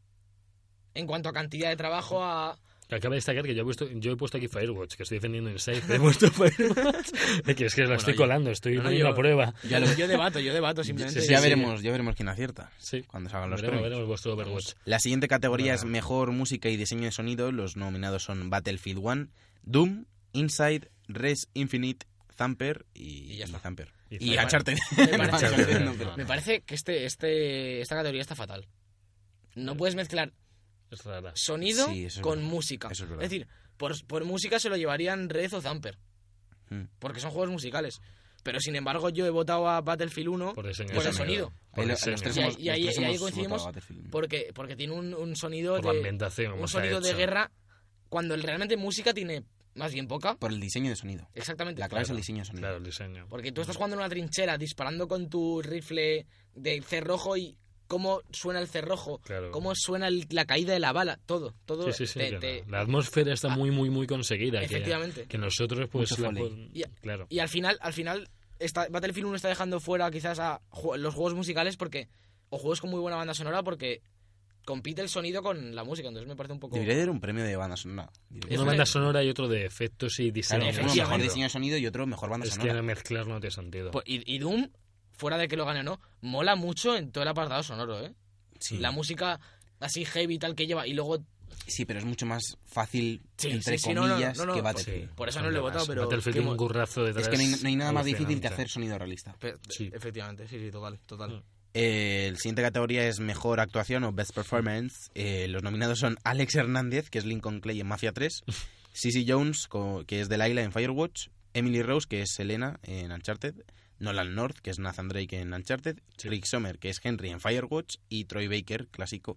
D: En cuanto a cantidad de trabajo a
B: Acaba de destacar que yo he, puesto, yo he puesto aquí Firewatch, que estoy defendiendo Inside. pero He puesto Firewatch. Es que es que la
D: Bueno,
B: estoy
D: yo-
B: colando, estoy
D: no, no,
B: poniendo
D: yo-
B: a prueba.
D: yo debato, yo debato simplemente.
B: Sí,
C: ya
B: sí.
C: veremos, ya veremos quién acierta
B: Sí.
C: cuando salgan los
B: Veremos,
C: premios.
B: veremos vuestro Overwatch.
C: La siguiente categoría
B: Bueno.
C: es mejor música y diseño de sonido. Los nominados son Battlefield 1, Doom, Inside, Res Infinite, Thumper y,
D: Y ya está.
C: y Thumper.
B: Y
C: Y,
B: Thumper.
C: Uncharted.
D: Me
C: No,
D: parece-
C: Uncharted no,
B: no,
C: pero-
B: no.
D: Me parece que este, este, esta categoría está fatal. No puedes mezclar
B: Es rara.
D: sonido
C: Sí, eso es
D: con
C: verdad.
D: música.
C: Eso es verdad.
D: decir, por, por música se lo llevarían Red o Zamper,
B: Hmm.
C: Mm.
D: porque son juegos musicales. Pero sin embargo, yo he votado a Battlefield 1
B: Por diseño.
D: Por
C: el
D: sonido.
B: Por
C: Ahí lo-
B: diseño.
C: los tres
D: Y ahí-
C: hemos-
D: y
C: los
D: ahí-
C: tres
D: y ahí
C: hemos
D: coincidimos
C: votado Battlefield.
D: porque, porque tiene un, un sonido,
B: Por la
D: de,
B: ambientación.
D: un
B: como se ha
D: sonido de
B: hecho.
D: guerra cuando el- realmente música tiene más bien poca.
C: por el diseño de sonido.
D: Exactamente.
C: La clave es el diseño de sonido.
B: Claro, el diseño.
D: Porque tú estás jugando en una trinchera disparando con tu rifle de cerrojo y cómo suena el cerrojo,
B: Claro.
D: cómo suena el- la caída de la bala, todo, todo.
B: Sí, sí, sí.
D: te-
B: claro.
D: te-
B: La atmósfera está
D: Ah,
B: muy, muy, muy conseguida. que-
D: efectivamente.
B: Que, nosotros, pues.
C: Mucho
B: la
C: foley.
B: pon-
D: Y-
B: Claro.
D: Y al final, al final está, Battlefield 1 está dejando fuera quizás a ju- los juegos musicales porque o juegos con muy buena banda sonora porque compite el sonido con la música, entonces me parece un poco
C: Debería dar un premio de banda sonora.
B: Una
C: Debería
D: que-
C: dar.
B: banda sonora y otro de efectos y
C: Claro,
B: diseño.
D: Sí,
B: de
C: uno mejor
D: efectivamente.
B: sonido.
C: diseño de sonido y otro mejor banda
B: Es que
C: sonora.
B: mezclar no tiene sentido.
D: Po- Pues, y, y Doom fuera de que lo gane o no, mola mucho en todo el apartado sonoro, ¿eh?
C: Sí.
D: La música así heavy y tal que lleva y luego
C: Sí, pero es mucho más fácil,
D: Sí,
C: entre
D: sí, sí, no, no,
C: comillas,
D: no, no,
C: que
D: no,
C: Battlefield.
B: Sí,
D: por eso
B: son
D: no lo he
B: raras.
D: votado, pero
B: Battlefield
D: qué
B: tiene
D: mo-
B: un currazo
C: Es
B: detrás.
C: que no hay, no hay nada más difícil que
B: alucinante.
C: hacer sonido realista.
D: Pe-
B: Sí.
D: Efectivamente, sí, sí, total, total.
B: Mm.
C: Eh, el siguiente categoría es mejor actuación o best performance. Eh, los nominados son Alex Hernández, que es Lincoln Clay en Mafia 3, Sissy Jones, co- que es Delilah en Firewatch, Emily Rose, que es Selena en Uncharted, Nolan North, que es Nathan Drake en Uncharted,
B: Sí.
C: Rick Sommer, que es Henry en Firewatch, y Troy Baker, clásico,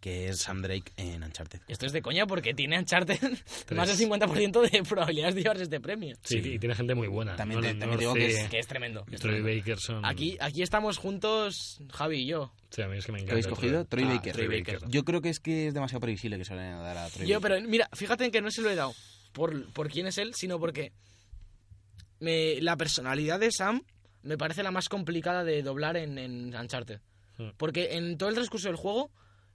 C: que es Sam Drake en Uncharted.
D: Esto es de coña porque tiene Uncharted más
B: Tres.
D: del 50% de probabilidades de llevarse este premio.
B: Sí,
C: Sí.
B: y tiene gente muy buena.
C: También te-
B: Nolan
C: también te digo que
B: North,
C: es-
D: Que es tremendo.
B: eh, Troy Baker son.
D: Aquí, aquí estamos juntos, Javi y yo.
B: Sí, a mí es que me
C: ¿Qué
B: encanta.
C: habéis cogido? Troy
D: Ah,
C: Baker.
B: Troy Baker.
C: Yo creo que es que es demasiado previsible que se lo vayan a dar a Troy
D: Yo,
C: Baker.
D: pero mira, fíjate en que no se lo he dado por, por quién es él, sino porque me- la personalidad de Sam me parece la más complicada de doblar en, en Uncharted.
B: Hmm.
D: Porque en todo el transcurso del juego,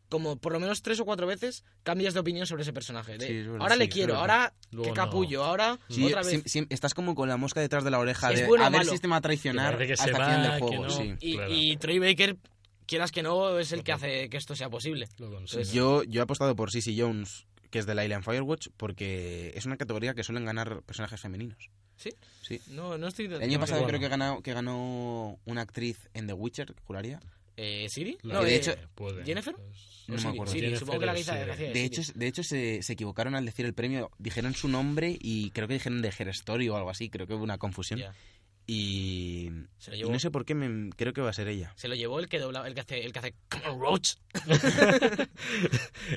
D: como por lo menos tres o cuatro veces, cambias de opinión sobre ese personaje. de,
C: Sí, es verdad,
D: ahora le
C: sí,
D: quiero,
C: es verdad.
D: ahora
B: Luego
D: qué
B: no.
D: capullo, ahora
C: Sí,
D: otra vez.
C: siem- siem- estás como con la mosca detrás de la oreja
D: Es
C: de
D: bueno o
C: a ver
D: malo.
C: si te va a
B: Que
C: traicionar
B: parece que
C: hasta
B: se
C: el
B: va,
C: final del
B: que
C: juego.
B: no.
C: sí.
D: y,
B: claro.
D: y Troy Baker, quieras que no, es el que hace que esto sea posible.
B: Lo consigue.
C: Pues Yo, yo he apostado por Sissy Jones, que es de la Island Firewatch, porque es una categoría que suelen ganar personajes femeninos.
D: ¿Sí?
C: Sí.
D: No, no estoy...
C: El año pasado
B: bueno.
C: creo que ganó, que ganó una actriz en The Witcher, juraría.
D: Eh, ¿Siri?
B: La
D: No,
C: de
D: eh,
C: hecho-
B: puede.
D: ¿Jennifer?
B: Pues,
C: No
D: o
C: me
D: Siri,
C: acuerdo.
D: Siri,
B: Jennifer
D: supongo que la
B: es,
D: que hizo la
B: eh,
D: gracia es
C: De
D: Siri.
C: hecho, de hecho se, se equivocaron al decir el premio. Dijeron su nombre y creo que dijeron de Her Story o algo así. Creo que hubo una confusión.
D: Ya.
C: Y,
D: Se lo
C: y
D: llevó.
C: no sé por qué me, creo que va a ser ella.
D: Se lo llevó el que dobla, el que hace, el que hace Come on, Roach.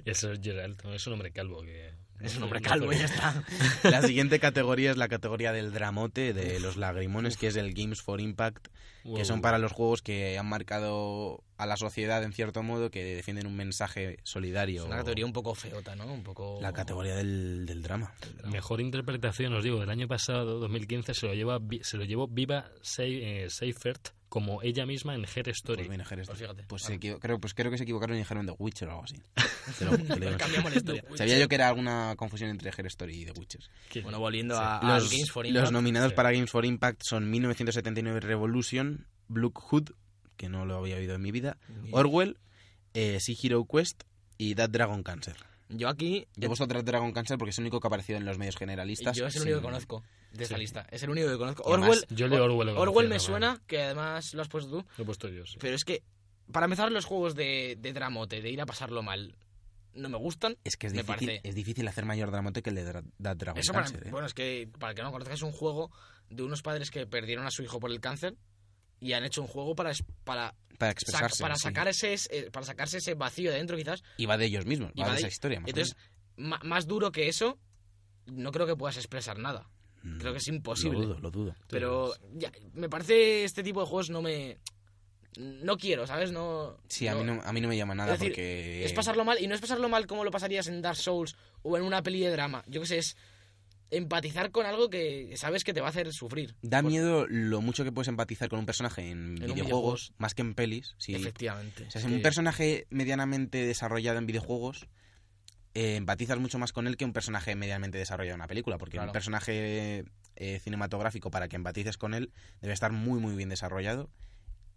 B: Eso es Geralt, no, es un hombre calvo. Que,
D: Es un hombre calvo, ya está.
C: La siguiente categoría es la categoría del dramote, de los lagrimones, que es el Games for Impact, que son para los juegos que han marcado a la sociedad en cierto modo, que defienden un mensaje solidario.
D: Es una categoría un poco feota, ¿no? Un poco.
C: La categoría del, del drama.
B: Mejor interpretación, os digo, del año pasado, 2015, se lo, lleva, Vi- se lo llevó Viva Se- eh, Seyfert como ella misma en Her Story.
C: Pues mira, Jerez,
D: Pues fíjate.
C: pues
D: Bueno.
C: se equivo- creo, pues creo que se equivocaron y dijeron The Witcher o algo así. Te lo- te lo digo.
D: Pues Cambiamos la historia.
C: Sabía yo que era alguna confusión entre Her Story y The Witcher.
B: Que-
D: Bueno, volviendo a, a
C: los,
D: Games for
C: los
D: Impact.
C: nominados
B: Sí.
C: para Games for Impact son 1979 Revolution, Blue Hood, que no lo había oído en mi vida,
D: Ni-
C: Orwell, eh, Sea Hero Quest y That Dragon Cancer.
D: Yo aquí.
C: Yo he puesto That Dragon Cancer porque es el único que ha aparecido en los medios generalistas.
D: Yo es el
C: sin-
D: único que conozco de esta
B: Sí.
D: lista. Es el único que conozco.
C: Y además,
D: Orwell.
B: yo leo Orwell. lo
D: Orwell
B: conocía,
D: me
B: no,
D: suena, que además lo has puesto tú.
B: Lo he puesto yo, sí.
D: Pero es que, para empezar, los juegos de, de dramote, de ir a pasarlo mal, no me gustan.
C: Es que es
D: me
C: difícil,
D: parece.
C: es difícil hacer mayor dramote que el de Dra- That Dragon
D: Eso para,
C: Cancer. ¿eh?
D: Bueno, es que, para el que no conozca, es un juego de unos padres que perdieron a su hijo por el cáncer y han hecho un juego para, es- para,
C: para
D: sac-
C: expresarse.
D: para,
C: sí.
D: sacar ese, ese- para sacarse ese vacío de dentro, quizás.
C: Y va de ellos mismos,
D: Y
C: va
D: va
C: de
D: de-
C: esa historia. Más
D: Entonces, ma- más duro que eso, no creo que puedas expresar nada. Creo que es imposible.
C: Mm, Lo dudo, lo dudo.
D: Pero ya, me parece este tipo de juegos no me. No quiero, ¿sabes? No.
C: Sí, a mí no, a mí no me llama nada
D: Es decir,
C: porque...
D: Es pasarlo mal, y no es pasarlo mal como lo pasarías en Dark Souls o en una peli de drama. Yo qué sé, es empatizar con algo que sabes que te va a hacer sufrir.
C: Da
D: Por-
C: miedo lo mucho que puedes empatizar con un personaje en,
D: un
C: videojuegos, más que en pelis. Sí. O
D: Efectivamente.
C: sea,
D: es
C: si un
D: que-
C: personaje medianamente desarrollado en videojuegos, eh, empatizas mucho más con él que un personaje medianamente desarrollado en una película, porque
D: Claro.
C: un personaje eh, cinematográfico para que empatices con él debe estar muy, muy bien desarrollado.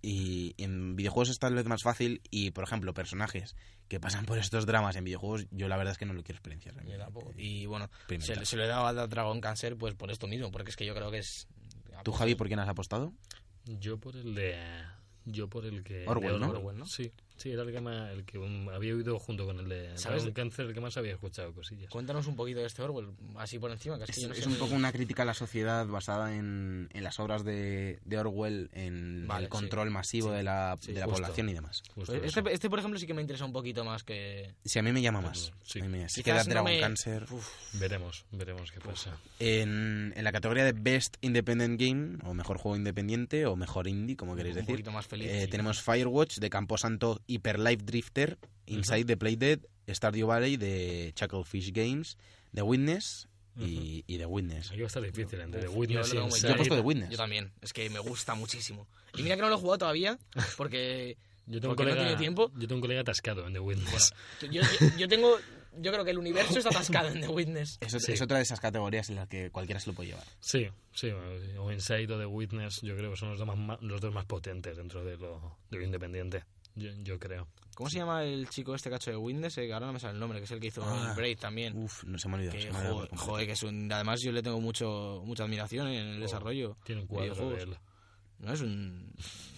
C: Y en videojuegos es tal vez más fácil y, por ejemplo, personajes que pasan por estos dramas en videojuegos, yo la verdad es que no lo quiero experienciar.
D: Yo tampoco. Y bueno,
C: Primera.
D: se, se lo he dado a Dragon Cancer pues por esto mismo, porque es que yo creo que es.
C: ¿Tú, Javi, por quién has apostado?
B: Yo por el de... Yo por el que...
C: Orwell,
B: de
C: ¿no?
D: Orwell, ¿no?
B: Sí, sí, era el que, más, el que um, había oído junto con el de...
D: ¿Sabes?
B: Dragon Cancer, el que más había escuchado cosillas.
D: Cuéntanos un poquito de este Orwell, así por encima, que es, que
C: Es,
D: yo no
C: es
D: sé
C: un
D: muy-
C: poco una crítica a la sociedad basada en, en las obras de, de Orwell, en
D: Vale,
C: el control masivo
D: Sí.
C: de la,
D: Sí,
C: de la
B: justo.
C: población y demás.
B: Justo
D: Pues
B: eso.
D: Este, este, por ejemplo, sí que me interesa un poquito más que.
C: Si a mí me llama
B: Pero,
C: más.
B: sí.
C: A mí me- sí
D: Quizás
C: que da
D: no
C: Dragon
D: me-
C: Cancer.
D: Uf,
B: Veremos, veremos qué pasa.
C: En, en la categoría de Best Independent Game, o mejor juego independiente, o mejor indie, como queréis
D: un
C: decir,
D: poquito más feliz.
C: eh,
D: sí.
C: tenemos Firewatch de Camposanto, Hyper Life Drifter, Inside the Playdead, Stardew Valley de Chucklefish Games, The Witness y, y The Witness.
B: Aquí va a estar difícil, entre
D: Uf,
B: The
D: yo lo
B: Witness y
D: tengo muy-
B: Inside.
C: Yo he puesto The
D: Yo
C: Witness.
D: también, es que me gusta muchísimo. Y mira que no lo he jugado todavía, porque
B: Yo tengo, un
D: Porque no
B: colega,
D: tiene tiempo.
B: yo tengo un colega atascado en The Witness.
D: yo, yo- yo tengo. Yo creo que el universo está atascado en The Witness.
C: Es, ot-
B: Sí.
C: es otra de esas categorías en las que cualquiera se lo puede llevar.
B: Sí, sí, o Inside o The Witness, yo creo que son los dos más, los dos más potentes dentro de lo, de lo independiente. Yo, yo creo.
D: ¿Cómo se llama el chico este cacho de Witness? Eh, que ahora no me sale el nombre, que es el que hizo
C: Ah.
D: el Braid también.
C: Uf, no se me ha olvidado.
D: que,
C: se me ha olvidado
D: joder,
C: por
D: joder, que es un. Además, yo le tengo mucho mucha admiración en el
B: Oh.
D: desarrollo.
B: Tiene un cuadro
D: Videojuegos.
B: de él.
D: No es un.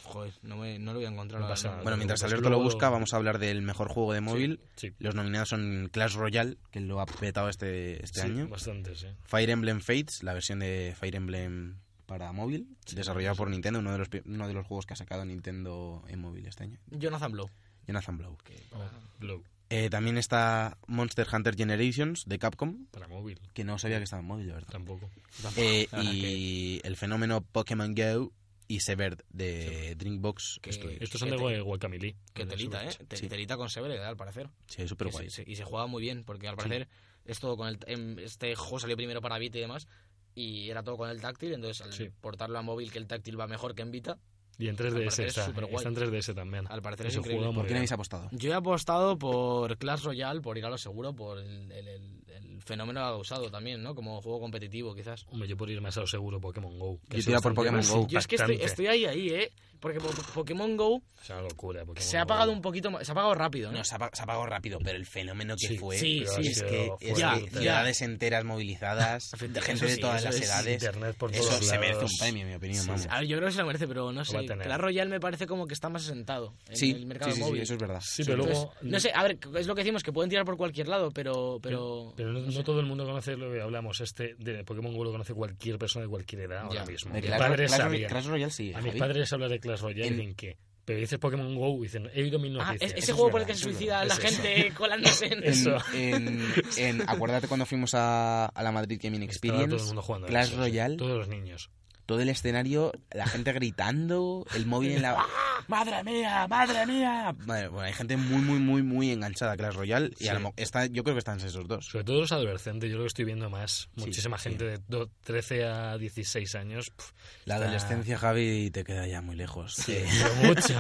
D: Joder, no, me, no lo voy a encontrar
B: No
D: ahora
B: pasa
D: mismo.
B: nada.
C: Bueno,
B: Luego
C: mientras
B: buscas-
C: Alberto lo
B: luego-
C: busca, vamos a hablar del mejor juego de móvil.
B: Sí,
C: Los nominados son Clash Royale, que lo ha petado este, este
B: sí,
C: año.
B: bastante, sí.
C: Fire Emblem Fates, la versión de Fire Emblem para móvil, desarrollado por Nintendo, uno de, los, pi- uno de los juegos que ha sacado Nintendo en móvil este año.
D: Jonathan Blow.
C: Jonathan Blow.
D: que
B: Oh,
D: para-
B: Blow,
C: Eh, también está Monster Hunter Generations de Capcom,
B: para móvil,
C: que no sabía que estaba en móvil, de verdad.
B: tampoco.
D: Ah,
C: Eh,
D: La verdad
C: y el fenómeno Pokémon Go y Severed de Dreambox
D: Que-
C: Studios.
B: Estos son
D: que
B: de
D: te-
B: Gua- Guacamilí.
D: Que
B: de
D: telita, ¿eh?
B: Surge.
D: Te-
C: Sí.
D: Telita con Sever, al parecer.
C: Sí, súper
D: Que
C: guay.
D: se- se- y se juega muy bien, porque al parecer es todo con el. em, Este juego salió primero para Vita y demás, y era todo con el táctil, entonces al
B: Sí.
D: portarlo a móvil, que el táctil va mejor que en Vita,
B: Y en
D: Al
B: 3DS
D: parecer es
B: está.
D: superguay.
B: Está en 3DS también.
D: al parecer es
B: Ese
D: increíble.
B: juego muy
C: ¿Por qué no
B: bien.
C: habéis apostado?
D: Yo he apostado por Clash Royale, por ir a lo seguro, por el, el- el- el fenómeno que ha causado también, ¿no? Como juego competitivo, quizás.
B: Hombre, yo por ir más a lo seguro, Pokémon GO.
C: Yo
B: es
C: te iba por
B: bastante
C: Pokémon
B: más
C: Go.
D: Yo es que estoy,
B: impactante.
D: estoy ahí, ahí, ¿eh? Porque po- Pokémon Go
B: Es una locura. Pokémon
D: se ha
B: Go.
D: apagado un poquito más. Se ha apagado rápido, ¿eh? ¿no?
C: No, se apa- se apagó rápido, pero el fenómeno que
B: Sí,
C: fue.
D: sí,
C: es
B: pero ha
D: sí,
C: que- Es
B: sido
C: que,
B: fuerte,
D: ya,
B: brutal.
C: ciudades enteras movilizadas,
D: Efectivamente,
C: gente
D: eso
C: de
D: sí,
C: todas
D: eso
C: las
D: es
C: edades.
B: internet por
C: eso
B: todos
C: se merece
B: lados.
C: un premio, en mi opinión.
B: Sí,
C: vamos.
B: sí.
D: A ver, yo creo que se lo merece, pero no
B: va a
D: sé.
B: tener.
D: Clash Royale me parece como que está más asentado en
C: Sí,
D: el mercado
C: sí, sí, sí,
D: móvil.
C: eso es verdad.
B: Sí, pero
D: Entonces,
B: luego.
D: no sé, a ver, es lo que decimos, que pueden tirar por cualquier lado, pero... pero,
B: Pero no, no todo el mundo conoce lo que hablamos. Este de Pokémon Go lo conoce cualquier persona de cualquier edad ahora
D: Ya.
B: mismo.
C: De
B: Mis
C: Clash-
B: padres
C: Clash-
B: sabían.
C: Clash Royale sí.
B: A mis
C: Javi.
B: padres hablan de Clash Royale y
C: En-
B: dicen que. Pero dices Pokémon Go, dicen, he oído mil
D: Ah, es-
B: noticias.
D: ese
C: eso es
D: juego por el
C: verdad,
D: que se
C: eso es
D: suicida
B: verdad.
D: la
B: Es
D: gente colándose en...
B: Es- Eso.
C: En, en- en- acuérdate cuando fuimos a, a la Madrid Gaming
B: Estaba
C: Experience,
B: todo el mundo jugando a
C: Clash
B: eso, sí.
C: Royale,
B: Todos los niños.
C: todo el escenario, la gente gritando, el móvil en la... ¡Ah! ¡Madre mía! ¡Madre mía! Madre- bueno, hay gente muy, muy, muy, muy enganchada a Clash Royale y a lo
B: Sí.
C: mo- está, yo creo que están esos dos.
B: Sobre todo los adolescentes, yo lo que estoy viendo más.
C: Sí,
B: Muchísima
C: sí.
B: gente de do- 13 a 16 años. pf,
C: La
B: está-
C: adolescencia, Javi, te queda ya muy lejos. Eh,
B: Pero mucho.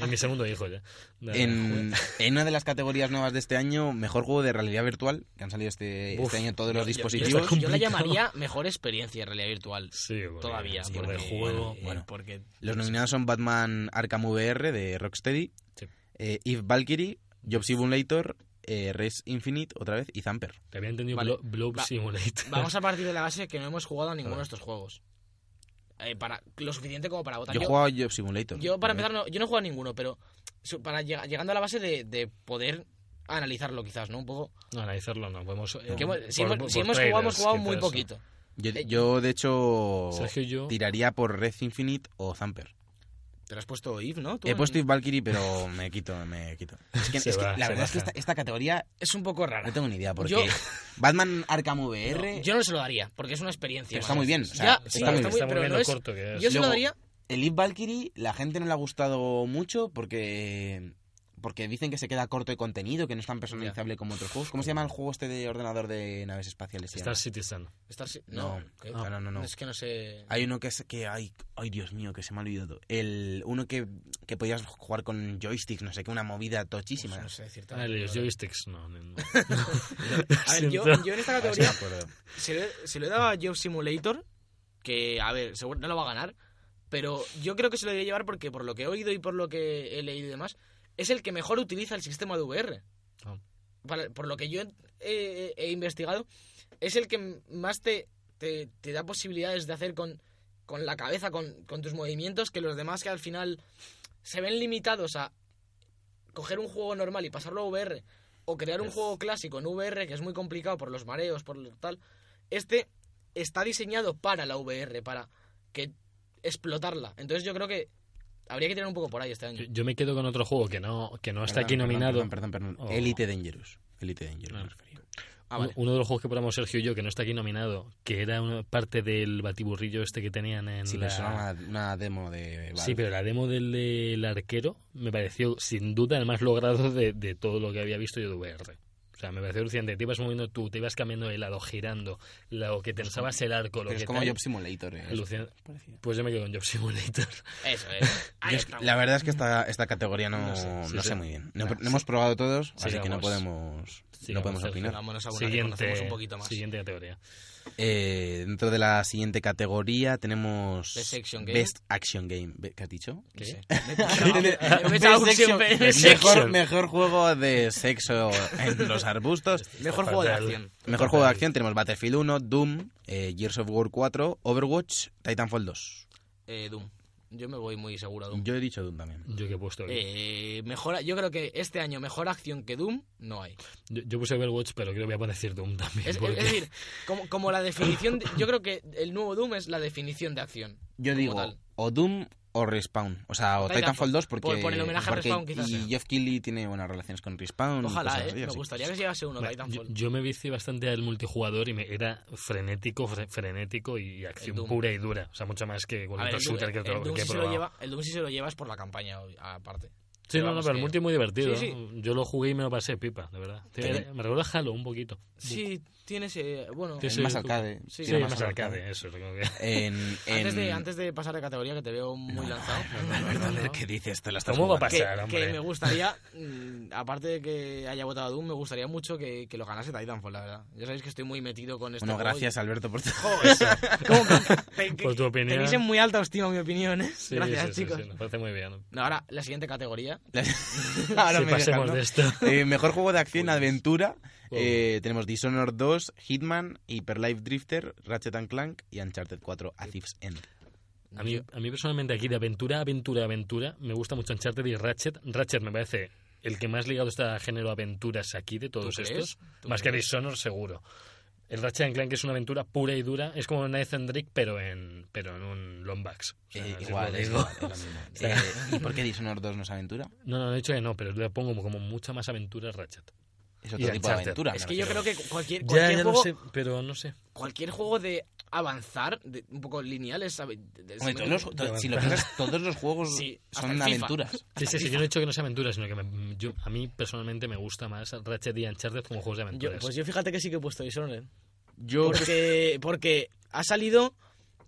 B: En mi segundo hijo ya. Nada,
C: En, en una de las categorías nuevas de este año, mejor juego de realidad virtual, que han salido este,
B: Uf,
C: este año todos los
D: Yo- yo-
C: dispositivos.
D: Yo, la
B: Complicado.
D: llamaría mejor experiencia en realidad virtual.
B: Sí, porque-
D: Todavía,
B: sí,
D: porque-
B: de juego.
D: bueno,
C: bueno.
D: porque...
C: Los nominados son Batman Arkham VR de Rocksteady,
B: Sí.
C: eh, Eve Valkyrie, Job Simulator, eh, Race Infinite otra vez y Zamper.
B: Te había entendido
D: Vale.
B: Blo- Blob
D: Va-
B: Simulator.
D: Vamos a partir de la base que no hemos jugado a ninguno
C: Vale.
D: de estos juegos. Eh, para, lo suficiente como para votar.
C: Yo he jugado a Job Simulator. Eh,
D: Yo, para empezar, no, yo no he jugado a ninguno, pero su- para lleg- llegando a la base de, de poder analizarlo quizás, ¿no? Un poco.
B: No, analizarlo no. Podemos, eh,
D: Que hemos- si
B: por-
D: hemos,
B: por
D: si hemos jugado, hemos
B: trailers,
D: jugado muy
B: quizás,
D: poquito.
C: Yo,
D: eh,
C: yo, de hecho,
B: ¿no? Sergio y yo.
C: tiraría por Red Infinite o Zamper.
D: Te lo has puesto Eve, ¿no? Tú
C: He
D: en-
C: puesto Eve Valkyrie, pero me quito, me quito. Es que,
B: Se
C: es que
B: va,
C: la
B: se
C: verdad es que
B: baja.
C: esta, esta categoría
D: Es un poco
C: no
D: rara.
C: tengo ni idea porque
D: Yo-
C: Batman Arkham
D: No,
C: VR,
D: yo no se lo daría, porque es una experiencia.
C: Pero está
D: ¿vale?
C: muy bien, o sea,
D: Ya,
C: está
D: sí,
B: Claro,
C: muy
D: está
C: bien.
D: muy
B: estamos
D: bien, pero
B: viendo
D: no
B: lo
D: es...
B: corto que es.
D: Yo se lo
C: Luego-
D: daría...
C: el Eve Valkyrie la gente no le ha gustado mucho porque porque dicen que se queda corto de contenido, que no es tan personalizable como otros juegos. ¿Cómo se llama el juego este de ordenador de naves espaciales? se
B: Star
C: llama?
B: Citizen.
D: Star Ci-
C: No,
D: No,
C: ah,
D: ¿qué?
C: no, no, no,
D: Es que no sé...
C: Hay uno que es que ay, ay Dios mío, que se me ha olvidado. El uno que, que podías jugar con joysticks, no sé qué, una movida
D: Pues
C: tochísima.
D: no sé decirte.
B: Ah, los
D: Ahora.
B: joysticks. No, no, no.
D: A ver, yo,
B: Siento.
D: yo en esta
C: Ah, sí, me
D: categoría
C: acuerdo.
D: se lo, se lo he dado a Job Simulator, que, a ver, seguro no lo va a ganar, pero yo creo que se lo debería llevar porque, por lo que he oído y por lo que he leído y demás, es el que mejor utiliza el sistema de VR.
B: Ah.
D: Vale, por lo que yo he, he- he investigado, es el que más te, te, te da posibilidades de hacer con, con la cabeza, con, con tus movimientos, que los demás que al final se ven limitados a coger un juego normal y pasarlo a VR o crear un juego clásico en VR que es muy complicado por los mareos, por lo tal. Este está diseñado para la VR, para que explotarla. Entonces yo creo que habría que tirar un poco por ahí este año.
B: Yo- Yo me quedo con otro juego que no, que no está
C: Perdón,
B: aquí
C: perdón,
B: nominado.
C: Perdón, perdón, perdón.
B: Oh. Uh,
C: Elite Dangerous. Elite Dangerous
B: Ah.
C: me refería.
D: Ah,
B: Un-
D: vale.
B: Uno de los juegos que probamos Sergio y yo, que no está aquí nominado, que era una parte del batiburrillo este que tenían en
C: Sí,
B: la...
C: pero eso era una, una demo de Valve.
B: Sí, pero la demo del, del arquero me pareció sin duda el más logrado de, de todo lo que había visto yo de VR. O sea, me pareció alucinante. Te ibas moviendo tú, te ibas cambiando de lado, girando, lo
D: Pues
B: que tensabas el arco, lo
C: Pero
B: que
C: es como
B: tal.
C: Job Simulator. eh, es
B: Alucin-
C: parecido.
B: Pues yo me quedo con Job Simulator.
D: Eso es. Ahí
C: Yo es-
D: estamos.
C: la verdad es que esta, esta categoría no,
B: No sé, sí,
C: no
B: sí.
C: sé muy bien. No,
B: Nah,
C: no hemos probado todos, así
B: Sigamos.
C: que no podemos, no
B: Sigamos,
C: podemos
B: Sergio.
C: opinar.
D: Vámonos a una que conocemos
B: Siguiente,
D: un poquito más.
B: siguiente categoría.
C: Eh, dentro de la siguiente categoría tenemos
D: Best Action Game.
C: Best Action Game. Be- ¿Qué has dicho?
D: No
B: ¿Qué?
D: sé. Me he
C: Best
D: echado
C: Action-
D: siempre-
C: Mejor, mejor juego de sexo en los arbustos.
D: Mejor juego de
B: fatal.
D: acción.
C: Mejor juego de acción tenemos Battlefield 1, Doom, eh, Gears of War 4, Overwatch, Titanfall 2.
D: Eh, Doom. Yo me voy muy seguro a Doom.
C: Yo he dicho Doom también.
B: Yo que he puesto aquí.
D: Eh, mejor, yo creo que este año mejor acción que Doom no hay.
B: Yo, yo puse Overwatch, pero creo que voy a poner decir Doom también.
D: Es, es
B: porque-
D: decir, como, como la definición. de- yo creo que el nuevo Doom es la definición de acción.
C: Yo
D: como
C: digo
D: tal.
C: o Doom o Respawn. O sea, o
D: Titanfall.
C: Titanfall 2 porque...
D: Por- por el homenaje a
C: porque-
D: Respawn, quizás,
C: Y
D: sí.
C: Jeff Keighley tiene buenas relaciones con Respawn. y
D: Ojalá,
C: cosas
D: eh.
C: así,
D: Me
C: así que-
D: gustaría que se llevase uno
B: Vale, yo,
D: Titanfall.
B: yo me vicié bastante al multijugador y me, era frenético, fre- frenético y acción
D: Doom.
B: pura y dura. O sea, mucho más que
D: A
B: cualquier
D: ver,
B: otro
D: el Doom,
B: shooter que,
D: el
B: otro-
D: Doom
B: que he
D: sí se lo
B: probado.
D: lleva- el Doom sí se lo llevas por la campaña, ob- aparte.
B: Sí, no, no,
D: vamos,
B: pero el
D: que-
B: multi es muy divertido.
D: Sí,
B: ¿no? Yo lo jugué y me lo pasé pipa, de verdad. Tiene-
C: ¿Qué?
B: me recuerda a Halo un poquito.
D: Sí, tienes. eh, bueno,
B: Tienes-
C: Es
B: Sí,
C: más
B: tú-
C: arcade.
D: sí,
B: Sí,
C: tira
B: más arcade, eso. es lo que-
C: En,
D: antes, de,
C: en-
D: antes de pasar de categoría, que te veo muy lanzado.
C: Perdón, ¿qué dices? Te la estás
B: ¿Cómo va a
D: Que,
B: pasar,
D: que
B: hombre?
D: me gustaría, mm, aparte de que haya votado a Doom, me gustaría mucho que, que lo ganase Titanfall, la verdad. Ya sabéis que estoy muy metido con esto.
C: Bueno, gracias Alberto por tu...
B: Por tu opinión.
D: Tenéis en muy alta estima mi opinión, ¿eh?
B: Sí,
D: gracias,
B: sí, sí,
D: chicos.
B: sí, nos parece muy bien.
D: No, Ahora, la siguiente categoría.
C: Ahora
B: Sí,
C: me dejas,
B: pasemos de
C: ¿no?
B: Pues- Oh. esto.
C: Eh, mejor juego de acción aventura.
B: Wow.
C: eh, tenemos Dishonored 2, Hitman, Hyperlife Drifter, Ratchet and Clank y Uncharted 4 A Thief's End.
B: A mí, a mí personalmente aquí de aventura, aventura, aventura, me gusta mucho Uncharted y Ratchet. Ratchet me parece el que más ligado está a género aventuras aquí de todos
D: ¿Tú crees?
B: estos.
D: ¿Tú
B: Más que
D: crees?
B: Dishonored, seguro. El Ratchet and Clank es una aventura pura y dura. Es como Nathan Drake, pero en, pero en un longbacks. O sea,
C: Eh,
B: así
C: igual,
B: os lo
C: es
B: digo.
C: igual, es lo mismo. Eh, ¿Y por qué Dishonored 2 no es aventura?
B: No, no, de hecho que no, pero le pongo como mucha más aventura a Ratchet.
C: Es otro tipo de
B: Uncharted.
C: aventura.
D: Es
C: me
D: que yo
C: refiero.
D: creo que cualquier,
B: Ya,
D: cualquier,
B: ya lo
D: juego,
B: sé, pero no sé.
D: cualquier juego de avanzar, de- un poco lineal, es... ave- de- de-
C: Hombre, todos los- to-
B: avanzar.
C: si lo piensas, todos los juegos
D: Sí, hasta el
C: son
D: FIFA.
C: aventuras.
B: Sí, sí, sí, yo no he dicho que no sea aventura, sino que me- yo- a mí personalmente me gusta más Ratchet y Uncharted como juegos de
D: Yo-
B: aventuras.
D: pues yo fíjate que sí que he puesto Dishonored.
C: Yo
D: Porque, porque ha salido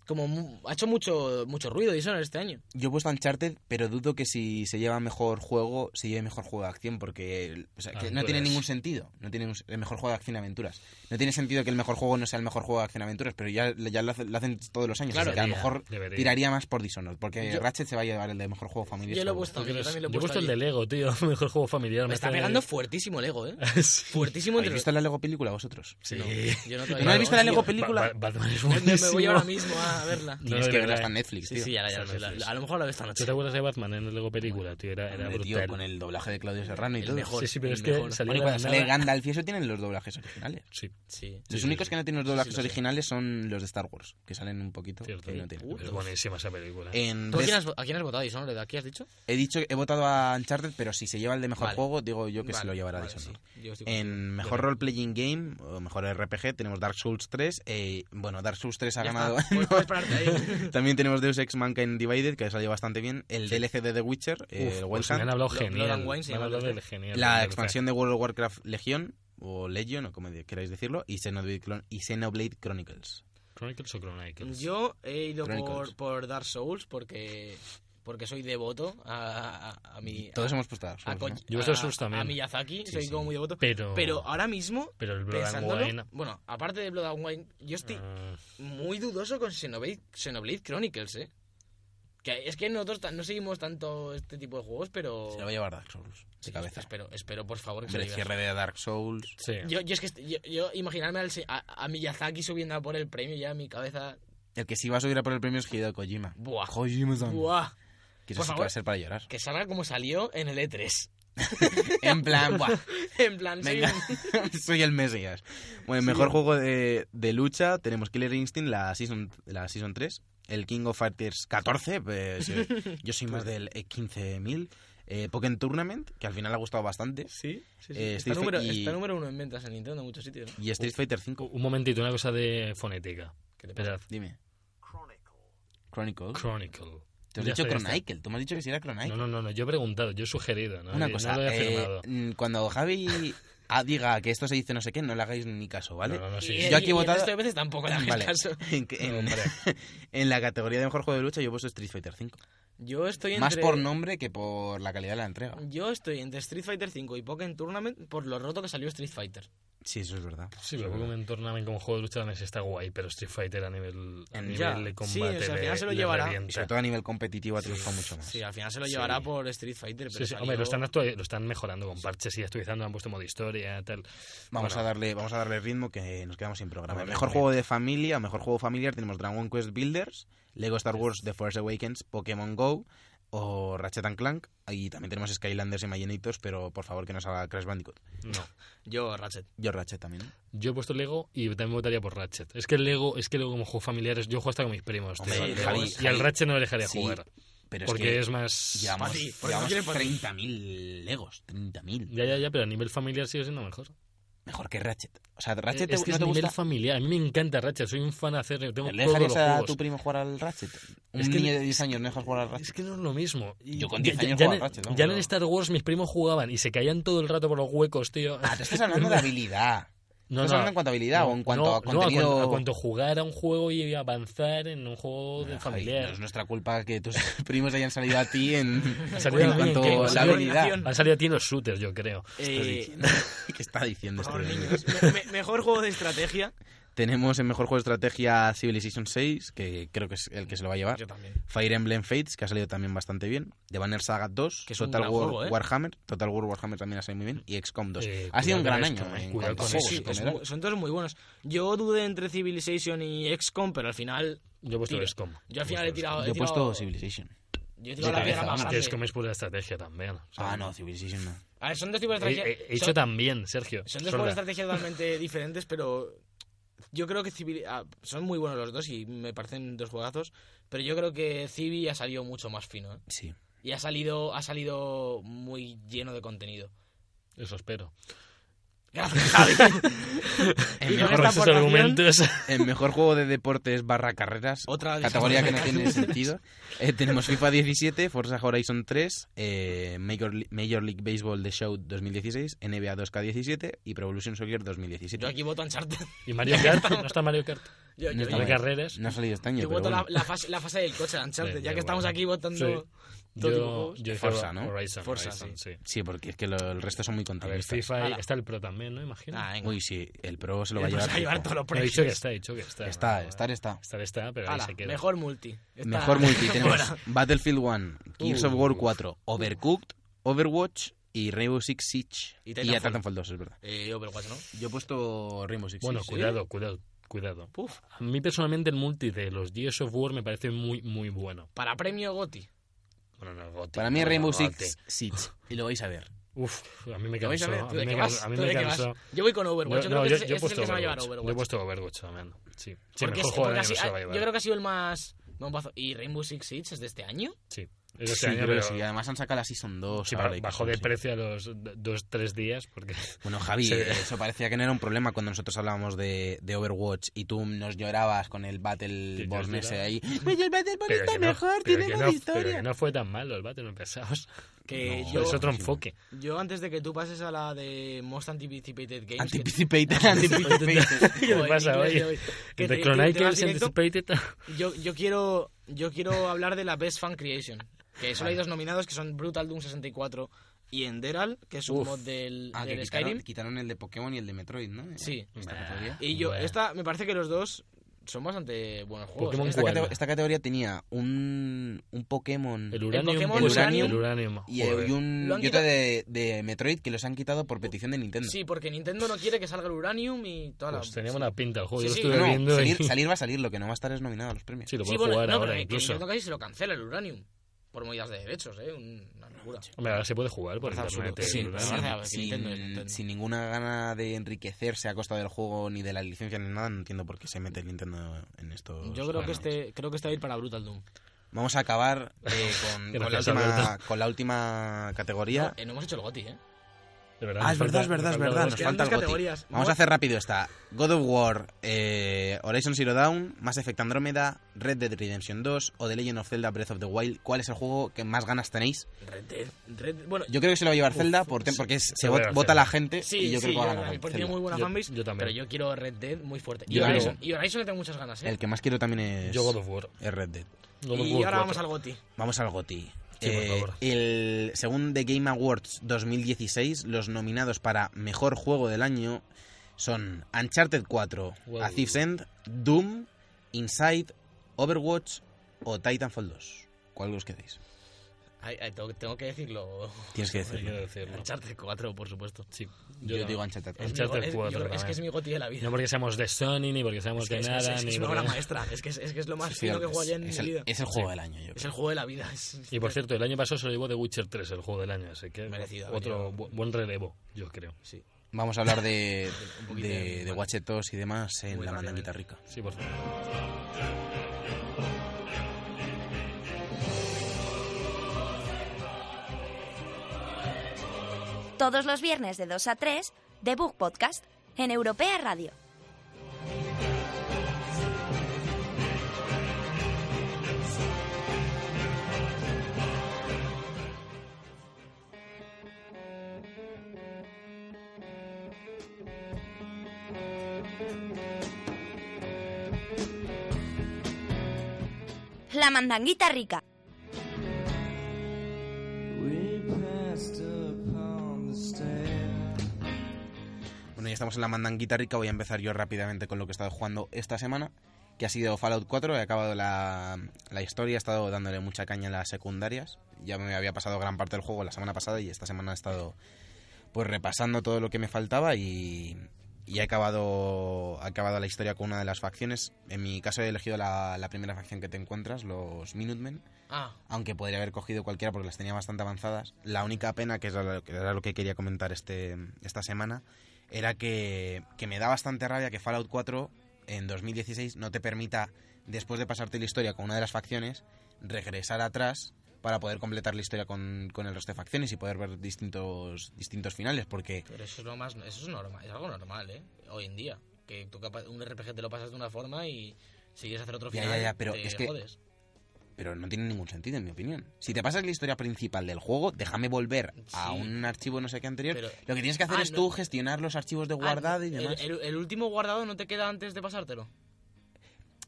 D: como... mu- Ha hecho mucho, mucho ruido Dishonored este año.
C: Yo he puesto Uncharted, pero dudo que si se lleva mejor juego, se lleve mejor juego de acción, porque o sea, que no
B: Aventuras.
C: tiene ningún sentido. No tiene un- el mejor juego de acción aventuras. No tiene sentido que el mejor juego no sea el mejor juego de acción aventuras, pero ya, ya lo, hace- lo hacen todos los años.
B: Claro.
C: así que a lo
B: Debería,
C: mejor
B: debería.
C: tiraría más por Dishonored, porque
D: Yo-
C: Ratchet se va a llevar el de mejor juego familiar.
D: Yo lo he
C: seguro.
D: puesto,
B: ¿Tú
D: yo
B: crees?
D: también lo he
B: Yo
D: puesto
B: el
D: ahí.
B: de Lego, tío. Mejor juego familiar.
D: Me está
B: hace-
D: pegando fuertísimo el ego, ¿eh?
B: sí.
D: Fuertísimo entre
C: ¿Habéis
D: los...
C: visto la Lego película vosotros?
B: Sí.
D: No, yo no,
C: ¿No
D: todavía
C: habéis visto la Lego
D: tío.
C: película?
B: Ba- Batman es
D: Me, me
B: buenísimo.
D: voy ahora mismo a verla.
B: No,
C: Tienes
B: de
C: que verla
B: verdad.
C: hasta en Netflix,
D: Sí,
C: tío.
D: sí, ya la, ya
B: Esta
D: la-
B: noche.
D: la- A lo mejor la ves esta
B: ¿Tú
D: noche.
B: te acuerdas de Batman en el Lego película, tío? Era, era
C: Hombre, tío,
B: brutal.
C: con el doblaje de Claudio Serrano y
D: El
C: todo.
D: mejor.
B: Sí, sí, pero
D: el
B: es que
D: mejor.
B: salía
C: Bueno, y
B: de la
C: cuando sale
B: nada.
C: Gandalf y eso tienen los doblajes originales.
B: Sí,
D: Sí.
C: Los
B: sí,
C: únicos
B: sí.
C: que no tienen los doblajes
D: Sí, lo sé.
C: originales son los de Star Wars, que salen un poquito.
B: cierto.
C: que no tienen.
B: es buenísima esa película.
C: En
D: ¿Tú a
C: Res-
D: quién, has, a quién has votado, Dishonored? ¿A quién has dicho?
C: He dicho, he votado a Uncharted, pero si se lleva el de mejor
D: Vale.
C: juego, digo yo que se
D: Vale,
C: lo llevará
D: vale,
C: Dishonored.
D: sí. Yo estoy con-
C: En mejor
B: Bueno.
C: role-playing game, o mejor RPG, tenemos Dark Souls 3. eh, bueno, Dark Souls 3 ha
D: Ya está, Pues,
C: ganado.
D: puedes- puedes pararte ahí.
C: También tenemos Deus Ex Mankind Divided, que ha salido bastante bien. El DLC de The Witcher, eh,
B: Uf,
C: el
B: pues
C: Wild
B: me han
C: Hunt,
B: hablado
D: Blood- Blood
B: genial.
D: and Wine se
B: me han
D: llama
B: hablado
D: el
B: del genial.
C: la
B: del-
C: expansión de World of Warcraft Legion, o Legion, o como de- queráis decirlo, y Xenoblade, Clon- y Xenoblade Chronicles.
B: ¿Chronicles o Chronicles?
D: Yo he ido
C: Chronicles.
D: por, por Dark Souls porque, porque soy devoto a, a, a mi...
C: Todos
D: a,
C: hemos puesto Dark
D: a,
C: Souls, ¿no?
D: Ko-
B: Yo Dark
D: a-
B: Souls también.
D: a Miyazaki, soy
C: sí.
D: como muy devoto.
B: Pero,
D: Pero
C: ah,
D: ahora mismo,
B: pero el Blood and
D: pensándolo...
B: Wine...
D: Bueno, aparte de Blood and Wine, yo estoy
B: ah,
D: muy dudoso con Xenoblade, Xenoblade Chronicles, ¿eh? Que es que nosotros ta- no seguimos tanto este tipo de juegos, pero...
C: Se lo va a llevar Dark Souls,
D: Sí,
C: de cabeza.
D: Espero, espero, por favor, que
C: Hombre,
D: se lo lleve.
C: cierre de Dark Souls.
B: sí.
D: Yo, yo es que est- yo, yo imaginarme al se- a, a Miyazaki subiendo a por el premio ya mi cabeza...
C: El que sí va a subir a por el premio es Hideo Kojima.
D: Buah.
C: Kojima-san.
D: ¡Buah!
C: Que eso
D: Por
C: sí que
D: favor.
C: va a ser para llorar.
D: Que salga como salió en el
C: E
D: E3.
C: en plan, buah,
D: En plan, soy
C: venga,
D: un-
C: soy el Mesías. Bueno, mejor juego de, de lucha tenemos Killer Instinct, la Season, la season 3. El King of Fighters 14, pues, eh, yo soy más del eh, 15.000. Eh, Pokémon Tournament, que al final ha gustado bastante.
D: Sí, sí, sí.
C: Eh,
D: está,
C: Street
D: número,
C: Fighter y-
D: está número uno en ventas en Nintendo en muchos sitios. ¿no?
C: Y Street Fighter 5.
B: Un momentito, una cosa de fonética. Esperad.
C: Dime. Chronicle.
B: Chronicle.
C: Te has
B: Ya
C: dicho
B: está, ya está.
C: Chronicle. Tú me has dicho que si era Chronicle.
B: No, no, no, no, yo he preguntado, yo he sugerido, ¿no?
C: Una
B: Yo
C: cosa,
B: no lo he
C: eh,
B: afirmado.
C: mm, cuando Javi ah, diga que esto se dice no sé qué, no le hagáis ni caso, ¿vale?
B: No, no, no, sí.
D: Y-
C: Yo aquí
D: y-
C: he
D: y
C: votado-
D: el resto de veces tampoco le hagas
C: Vale.
D: caso.
C: En, que- en- en la categoría de mejor juego de lucha yo he puesto Street Fighter 5.
D: Yo estoy entre...
C: Más por nombre que por la calidad de la entrega.
D: Yo estoy entre Street Fighter 5 y Pokémon Tournament por lo roto que salió Street Fighter.
C: Sí, eso es verdad.
B: Sí, pero Pokémon Tournament como juego de lucha también está guay, pero Street Fighter a nivel, a
C: En-
B: nivel
D: ya.
B: de
D: Sí,
B: combate
D: o sea, al
B: le-
D: final se lo
B: le
D: llevará.
B: revienta.
C: Y sobre todo a nivel competitivo ha triunfado mucho más.
D: Sí, al final se lo
B: Sí.
D: llevará por Street Fighter. Pero
B: Sí, sí,
D: salió-
B: hombre, lo están, actua- lo están mejorando con parches y actualizando, han puesto modo historia, tal.
C: Vamos,
B: Bueno.
C: a darle, vamos a darle ritmo que nos quedamos sin programa.
B: Vale,
C: mejor
B: muy
C: juego de familia, mejor juego familiar tenemos Dragon Quest Builders, Lego Star Wars The Force Awakens, Pokémon Go o Ratchet and Clank. Y también tenemos Skylanders y Mayenitos, pero por favor que no salga Crash Bandicoot.
B: No.
D: Yo, Ratchet.
C: Yo Ratchet también. ¿eh?
B: Yo he puesto Lego y también votaría por Ratchet. Es que el Lego, es que Lego como juego familiar, es- yo juego hasta con mis primos. tío,
C: Hombre,
B: al Lego.
C: Javi,
B: y al
C: Javi.
B: Ratchet no le dejaría
C: Sí,
B: jugar,
C: Pero
B: porque
C: es que
B: es más...
C: llevamos,
D: fácil, porque no
C: llevamos
D: quiere fácil.
C: 30.000 Legos, 30.000.
B: Ya, ya, ya, pero a nivel familiar sigue siendo mejor.
C: mejor que Ratchet. O sea,
B: Es,
C: Ratchet
B: es
C: te-
B: que
C: no
B: es
C: te
B: nivel
C: gusta.
B: familiar. A mí me encanta Ratchet. Soy un fan de hacer. Tengo
C: ¿Le
B: todos los
C: dejarías a
B: juegos.
C: tu primo jugar al Ratchet? Un
B: Es que
C: niño
B: le-
C: de 10 años no deja jugar al Ratchet.
B: Es que no es lo mismo. Y
C: Yo con
B: ya-
C: 10
B: ya-
C: años
B: ya,
C: jugaba
B: en-
C: al Ratchet, vamos,
B: ya en
C: yo-
B: el Star Wars mis primos jugaban y se caían todo el rato por los huecos, tío.
C: Ah, tú estás hablando de habilidad.
B: No,
C: ¿Estás
B: no,
C: hablando en cuanto a habilidad o en cuanto
B: no,
C: a
B: no, cuan-
C: contenido?
B: a cuanto jugar a un juego y avanzar en un juego de
C: Javi,
B: familiar.
C: No es nuestra culpa que tus primos hayan salido a ti en,
B: salido
C: en
B: a mí,
C: cuanto
B: ¿qué?
C: a la
B: Salió
C: habilidad.
D: orientación.
B: Han salido a ti en los shooters, yo creo.
D: Eh,
C: ¿Qué está diciendo
D: por
C: este
D: favor,
C: niño?
D: niños, me- me- mejor juego de estrategia.
C: Tenemos en mejor juego de estrategia Civilization 6, que creo que es el que se lo va a llevar.
D: Yo también.
C: Fire Emblem Fates, que ha salido también bastante bien. The Banner Saga 2,
D: Que es un
C: Total
D: gran
C: War
D: juego, ¿eh?
C: Warhammer. Total War Warhammer también ha salido muy bien. Y XCOM 2.
B: Eh,
C: ha sido un
B: cuidado
C: gran
B: con
C: año
B: XCOM, eh,
C: en
B: cuidado
C: cuanto a
B: con
D: Sí,
C: juegos.
D: sí,
C: en
D: es
C: general.
D: mu- son todos muy buenos. Yo dudé entre Civilization y XCOM, pero al final.
B: Yo he puesto
D: Tiro.
B: XCOM.
D: Yo al final he tirado.
C: Yo he
D: tirado-
C: puesto Civilization.
D: Yo he tirado
C: de
D: la piedra
C: cabeza,
D: más
C: vamos,
B: Es que XCOM
D: grande.
B: es pura estrategia también. o sea,
C: Ah, no, Civilization no.
D: A ver, son dos tipos de
B: He,
D: estrategia.
B: he- he hecho
D: son-
B: también, Sergio.
D: Son
B: Sorda.
D: dos juegos de estrategia totalmente diferentes, pero yo creo que Civi- ah, son muy buenos los dos y me parecen dos juegazos, pero yo creo que Civi ha salido mucho más fino ¿eh?
C: Sí.
D: y ha salido ha salido muy lleno de contenido.
B: Eso espero.
D: Gracias, Javi.
C: En
D: Y
C: mejor,
B: Con
D: esta
B: esos
D: aportación-
B: argumentos.
C: en mejor juego de deportes barra carreras,
D: Otra de esas
C: categoría que no
D: cosas.
C: tiene sentido, eh, tenemos FIFA 17, Forza Horizon 3, eh, Major, Li- Major League Baseball The Show 2016, NBA 2K17 y Pro Evolution Soccer 2017.
D: Yo aquí voto Uncharted.
B: ¿Y Mario Kart? ¿No está Mario Kart?
D: Yo, yo-
C: está
D: yo-
B: ¿De
C: mal.
B: carreras?
C: No ha salido este año,
D: yo
C: pero
D: voto la,
C: bueno.
D: la fase, la fase del coche de Uncharted,
B: Bien,
D: ya
B: bien,
D: que estamos
B: bueno.
D: aquí votando
B: Sí.
D: todo tipo de
B: Yo,
D: juegos.
B: yo dije
C: Forza, ¿no?
B: Horizon,
D: Forza,
B: Horizon, sí.
C: Sí, porque es que lo- el resto son muy
B: A ver,
C: continuistas.
B: FIFA y-
D: Ala.
B: está el Pro también, ¿no? Imagino.
D: Ah, venga.
C: Uy, sí, el Pro se lo
D: Nos
C: va a llevar. FIFA.
D: todos los
B: No, he dicho que
D: premios.
B: está, he dicho que está.
C: Está,
B: No,
C: estar está.
B: Estar está, pero
D: Ala,
B: ahí se queda.
D: mejor multi. Está-
C: Mejor multi tenemos
D: Bueno,
C: Battlefield 1, Gears of
B: Uh.
C: War 4, Overcooked, Overwatch y Rainbow Six Siege.
D: Y
C: Y,
D: Titanfall.
C: a Titanfall 2, es verdad.
D: eh, Overwatch, ¿no?
C: Yo he puesto Rainbow Six
B: Bueno,
C: Siege.
B: cuidado, cuidado, cuidado.
D: Puf,
B: A mí personalmente el multi de los Gears of War me parece muy, muy bueno.
D: para premio Goti.
B: Bueno, no, Gotti,
C: Para mí
B: no,
C: Rainbow
B: no, Gotti.
C: Six Siege. Y lo vais a ver.
B: Uf, a mí me
D: ¿Lo vais
B: cansó.
D: a ver?
B: A
D: ¿Tú
B: mí
D: de
B: me
D: qué
B: cansó.
D: vas?
B: A mí
D: ¿Tú de
B: me
D: qué vas?
B: cansó.
D: Yo voy con Overwatch. Yo,
B: no,
D: creo que
B: yo-
D: ese-
B: yo he
D: ese es el
B: puesto
D: que se va a llevar
B: Overwatch. Yo he
D: Overwatch.
B: puesto Overwatch también. Sí, sí
D: Porque
B: mejor
D: es-
B: juego del año
D: porque así- ah,
B: se lo va a
D: yo creo
B: llevar.
D: que ha sido el más bombazo. ¿Y Rainbow Six Siege es de este año?
B: Sí, es de
C: Sí,
B: este año,
C: creo que
B: pero
C: sí. Además han sacado la Season 2.
D: Ah,
B: sí,
C: ahora y
B: bajó de
C: cosas así.
B: precio a los d- dos, tres días porque...
C: Bueno, Javi, eh,
B: Sí.
C: eso parecía que no era un problema cuando nosotros hablábamos de, de Overwatch y tú nos llorabas con el Battle
B: Sí, yo
C: Born
B: lloraba.
C: ese ahí. Oye, el Battle Born
B: Pero
C: está
B: que no,
C: mejor,
B: pero
C: tiene
B: que
C: más
B: no, Pero que
C: historia.
B: no fue tan malo el Battle empezados.
D: Que
C: No.
D: yo,
B: es otro
C: Sí, no.
B: enfoque.
D: yo antes de que tú pases a la de Most Anticipated Games. que-
C: Anticipated, anticipated.
B: ¿Qué te
D: Joder,
B: pasa
D: inglés
B: hoy?
D: de
B: The
D: Que te- te- te vas
B: Chronicles
D: directo.
B: Anticipated.
D: Yo, yo, quiero, yo quiero hablar de la Best Fan Creation. Que solo hay dos nominados que son Brutal Doom 64 y Enderal, que es un
B: Uf.
D: mod del,
C: Ah, que
D: del
C: quitaron,
D: Skyrim.
C: quitaron el de Pokémon y el de Metroid, ¿no?
D: Sí.
C: Esta
B: Bah.
C: categoría.
D: Y yo,
B: Bueno.
D: esta, me parece que los dos son bastante buenos juegos.
B: Pokémon
D: ¿eh?
C: Esta,
B: Bueno.
C: cate- esta categoría tenía un, un Pokémon
B: El Uranium.
D: Pokémon
B: el
D: Uranium.
B: El Uranium.
C: y, eh,
B: Joder.
C: y un,
D: Lo han
C: y otro
D: quitado-
C: de, de Metroid que los han quitado por petición de Nintendo.
D: Sí, porque Nintendo no quiere que salga el Uranium y toda la...
B: Pues tenía una pinta el juego.
D: Sí,
B: yo lo
D: sí.
B: estuve
C: No,
B: viendo
C: salir,
B: y...
C: salir va a salir, lo que no va a estar es nominado a los premios.
B: Sí, lo
D: Sí,
B: puedo
D: bueno,
B: jugar
D: no, pero
B: ahora
D: que- que
B: incluso.
D: Nintendo casi se lo cancela el Uranium. Por movidas de derechos, ¿eh? Una locura.
B: Hombre, ahora se puede jugar por
D: Parece
B: internet.
D: absurdo.
B: el Uranium.
D: Sí, sí.
B: Ahora-
D: que Nintendo es
C: sin,
D: Nintendo.
C: sin ninguna gana de enriquecerse a costa del juego ni de la licencia ni nada, no entiendo por qué se mete el Nintendo en esto.
D: Yo creo que, este, creo que este va a ir para Brutal Doom.
C: Vamos a acabar eh, con, con la
B: Gracias,
C: última,
B: Alberto.
C: con la última categoría.
D: No, eh, no hemos hecho el GOTI, ¿eh?
B: de verdad, nos
C: Ah, es
B: falta-
C: verdad, es verdad,
B: nos
C: es
B: falta dos.
C: verdad.
D: quedan
C: Nos falta
D: dos
C: el GOTY.
D: categorías.
C: Vamos a hacer rápido esta. God of War, eh, Horizon Zero Dawn, Mass Effect Andromeda, Red Dead Redemption 2 o The Legend of Zelda Breath of the Wild. ¿Cuál es el juego que más ganas tenéis?
D: Red Dead, Red Dead- Bueno,
C: Yo creo que se lo va a llevar
D: Uf,
C: Zelda por tem- porque es- se
B: va a
C: vot-
B: llevar
C: vota
B: Zelda.
C: la gente
D: sí,
C: y yo creo
D: sí,
C: que va a
D: yo
C: ganar.
D: también, porque
C: Zelda.
D: tiene muy buena
B: Yo-
D: fanbase,
B: yo también.
D: pero yo quiero Red Dead muy fuerte. Y
B: Yo
D: Horizon,
B: creo-
D: y Horizon le tengo muchas ganas, ¿eh?
C: El que más quiero también es,
B: Yo God of War.
C: es Red Dead.
B: God of
D: y
B: War
D: ahora
B: 4.
D: vamos al GOTI.
C: Vamos al GOTY.
B: Sí, por favor.
C: el, según The Game Awards 2016, los nominados para Mejor Juego del Año son Uncharted 4,
B: Wow.
C: A Thief's End, Doom, Inside, Overwatch o Titanfall 2. ¿Cuál os queréis?
D: Ay, ay, tengo, tengo que decirlo.
C: Tienes que
B: Sí, quiero
C: decirlo.
B: decirlo.
D: Uncharted 4, por supuesto.
B: Sí,
C: Yo,
B: no.
C: digo Uncharted
D: Es mi
C: 4.
B: Uncharted
D: go- es- yo
B: 4
D: creo- Es que
B: también.
D: es mi GOTI de la vida.
B: No porque seamos de Sony, ni porque seamos
D: es que
B: de
D: es,
B: nada,
D: es- es
B: ni
D: una
B: porque-
D: obra maestra. Es que es, es que es lo más
C: Sí,
D: fino que
C: es-
D: juego yo en mi
C: es, el,
D: vida.
C: es el juego del año, yo
D: Es
C: creo.
D: el juego de la vida. es-
B: Y por cierto, el año pasado se lo llevó The Witcher 3, el juego del año, así que
D: Merecido,
B: otro bu-
D: merecido.
B: buen relevo, yo creo.
D: Sí.
C: Vamos a hablar de,
D: Un poquito
C: de,
D: de-
C: de guachetos y demás en
D: Muy
C: la
D: rápidamente.
C: mandanguita rica.
B: Sí, por favor.
A: Todos los viernes de 2 a 3, The Book Podcast. en Europea Radio. La mandanguita rica.
C: Bueno, ya estamos en la mandanguita rica. Voy a empezar yo rápidamente con lo que he estado jugando esta semana, que ha sido Fallout 4. He acabado la, la historia, he estado dándole mucha caña a las secundarias. Ya me había pasado gran parte del juego la semana pasada y esta semana he estado pues repasando todo lo que me faltaba y, y he acabado, he acabado la historia con una de las facciones. En mi caso he elegido la, la primera facción que te encuentras, los Minutemen
D: Ah,
C: aunque podría haber cogido cualquiera porque las tenía bastante avanzadas. La única pena, que es lo que, era lo que quería comentar este, esta semana, era que, que me da bastante rabia que Fallout 4 en 2016 no te permita, después de pasarte la historia con una de las facciones, regresar atrás para poder completar la historia con, con el resto de facciones y poder ver distintos, distintos finales, porque
D: pero eso es, lo más, eso es, normal, es algo normal, ¿eh? Hoy en día. Que tú capa- un RPG te lo pasas de una forma y si quieres hacer otro
C: Ya,
D: final,
C: ya, ya, pero
D: te
C: es que-
D: jodes.
C: pero no tiene ningún sentido, en mi opinión. Si te pasas la historia principal del juego, déjame volver a
D: Sí.
C: un archivo no sé qué anterior.
D: Pero-
C: lo que tienes que hacer
D: Ah,
C: es
D: no.
C: tú gestionar los archivos de guardado
D: Ah,
C: y demás.
D: El, el- el último guardado no te queda antes de pasártelo.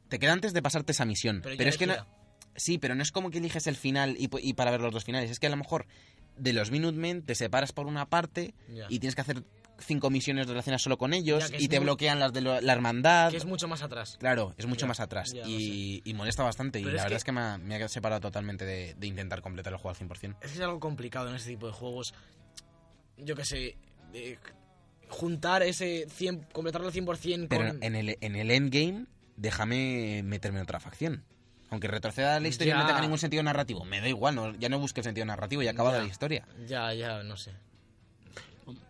C: Te queda antes de pasarte esa misión.
D: Pero
C: Pero,
D: ya
C: es que no,
D: elegida.
C: Sí, pero no es como que eliges el final y, pu- y para ver los dos finales. Es que a lo mejor de los Minutemen te separas por una parte
D: Ya.
C: y tienes que hacer cinco misiones relacionadas solo con ellos
D: Ya, que es
C: y te
D: muy-
C: bloquean las de lo- la hermandad.
D: Que es mucho más atrás.
C: Claro, es mucho
D: Ya,
C: más atrás
D: ya,
C: y, y molesta bastante. y
D: Pero
C: la
D: es
C: verdad
D: que-
C: es que me ha, me ha separado totalmente de, de intentar completar el juego al 100%.
D: Es que es algo complicado en este tipo de juegos. Yo qué sé. eh, juntar ese 100, completarlo al 100% con...
C: Pero en el, en el endgame, déjame meterme en otra facción. Aunque retroceda la historia y no
D: Ya.
C: tenga ningún sentido narrativo, me da igual, no- ya no busque el sentido narrativo, ya acabado
D: Ya.
C: la historia.
D: Ya, ya, no sé.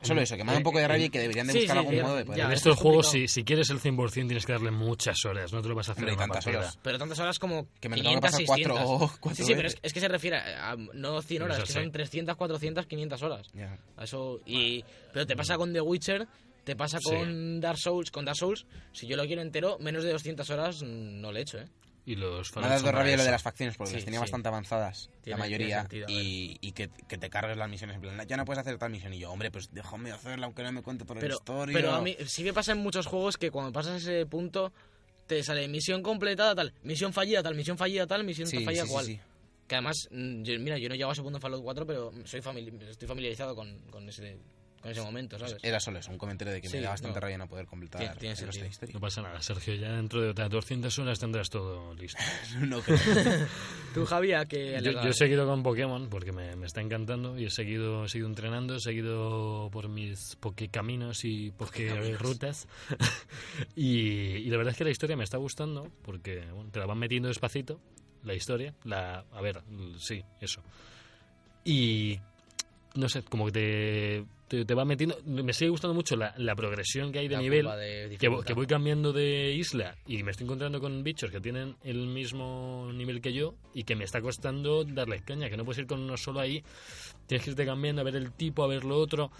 C: Solo eso, que me da un poco de rabia y que deberían
D: Eh,
C: de
D: Sí,
C: buscar
D: sí,
C: algún
D: ya,
C: modo de poder.
D: ya.
B: En
D: eso
B: estos
D: es
B: juegos,
D: complicado.
B: si, si quieres el 100%, tienes que darle muchas horas. No te lo vas a hacer
C: Hombre,
B: en una
C: tantas
B: partida.
C: horas.
D: Pero tantas horas como
C: Que me lo
D: 500,
C: tengo que pasar cuatro-
D: 600.
C: cuatro
D: sí, sí, pero es,
C: veces.
D: es que se refiere a, a no 100 horas,
B: Eso
D: que
B: sí.
D: son 300, 400, 500 horas.
C: Ya.
D: A Eso, y, pero te pasa con The Witcher, te pasa
B: Mm. Sí.
D: con Dark Souls, con Dark Souls, si yo lo quiero entero, menos de 200 horas mm, no le echo, ¿eh?
B: Y los
C: Me ha
B: Fallout son
C: dado
B: para
C: rabia lo
B: eso.
C: de las facciones porque
D: Sí,
C: las tenía
D: sí.
C: bastante avanzadas,
D: Tiene-
C: la mayoría,
D: tiene sentido,
C: y, y que, que te cargues las misiones en plan, ya no puedes hacer tal misión. Y yo, hombre, pues déjame hacerla aunque no me cuente toda la
D: Pero,
C: historia.
D: pero a mí sí me pasa en muchos juegos que cuando pasas ese punto te sale misión completada tal, misión fallida tal, misión fallida tal, misión
C: Sí,
D: fallida
C: sí, sí,
D: cual.
C: sí.
D: Que además, mm, yo- mira, yo no llego a ese punto en Fallout 4, pero soy famili- estoy familiarizado con, con ese, con ese momento, ¿sabes?
C: Pues
B: Eh,
C: Era solo eso, un comentario de que
D: Sí,
C: me da bastante
D: no.
C: rabia no poder completar
D: Tiene- tiene
C: el resto de
D: sentido.
C: la historia.
B: No pasa nada, Sergio. Ya dentro de otras 200 horas tendrás todo listo.
D: Pues
C: No creo.
D: Tú, Javier, que...
B: Yo, yo he seguido con Pokémon porque me, me está encantando y he seguido, he seguido entrenando, he seguido por mis caminos y rutas y, y la verdad es que la historia me está gustando porque bueno, te la van metiendo despacito, la historia, la a ver, l- sí, eso. Y no sé, como que te, te, te va metiendo, me sigue gustando mucho la, la progresión que hay de
D: la
B: nivel
D: curva de
B: que, vo-
D: dificultad.
B: que voy cambiando de isla y me estoy encontrando con bichos que tienen el mismo nivel que yo y que me está costando darles caña, que no puedes ir con uno solo ahí, tienes que irte cambiando a ver el tipo, a ver lo otro.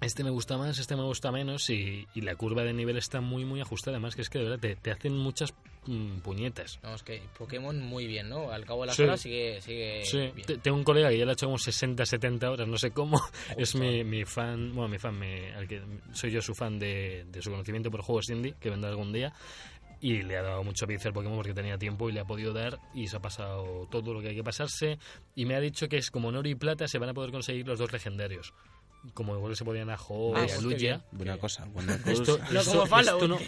B: Este me gusta más, este me gusta menos y, y la curva de nivel está muy, muy ajustada. Además, que es que de verdad te, te hacen muchas mm, puñetas.
D: Vamos, que Pokémon muy bien, ¿no? Al cabo de las
B: Sí.
D: horas sigue, sigue
B: Sí,
D: Eh, bien.
B: te- tengo un colega que ya le ha hecho como 60, 70 horas, no sé cómo. Es mi, mi fan, bueno, mi fan, mi- al que soy yo su fan de, de su conocimiento por juegos indie, que vendrá algún día. Y le ha dado mucho pizza al Pokémon porque tenía tiempo y le ha podido dar y se ha pasado todo lo que hay que pasarse. Y me ha dicho que es como en oro y plata se van a poder conseguir los dos legendarios. Como igual que se podían a Ho
D: Ah,
B: y a
D: pues qué bien.
B: Lugia.
C: Buena cosa, buena cosa.
B: Esto,
D: No
B: esto-
D: como Fallout.
B: esto no,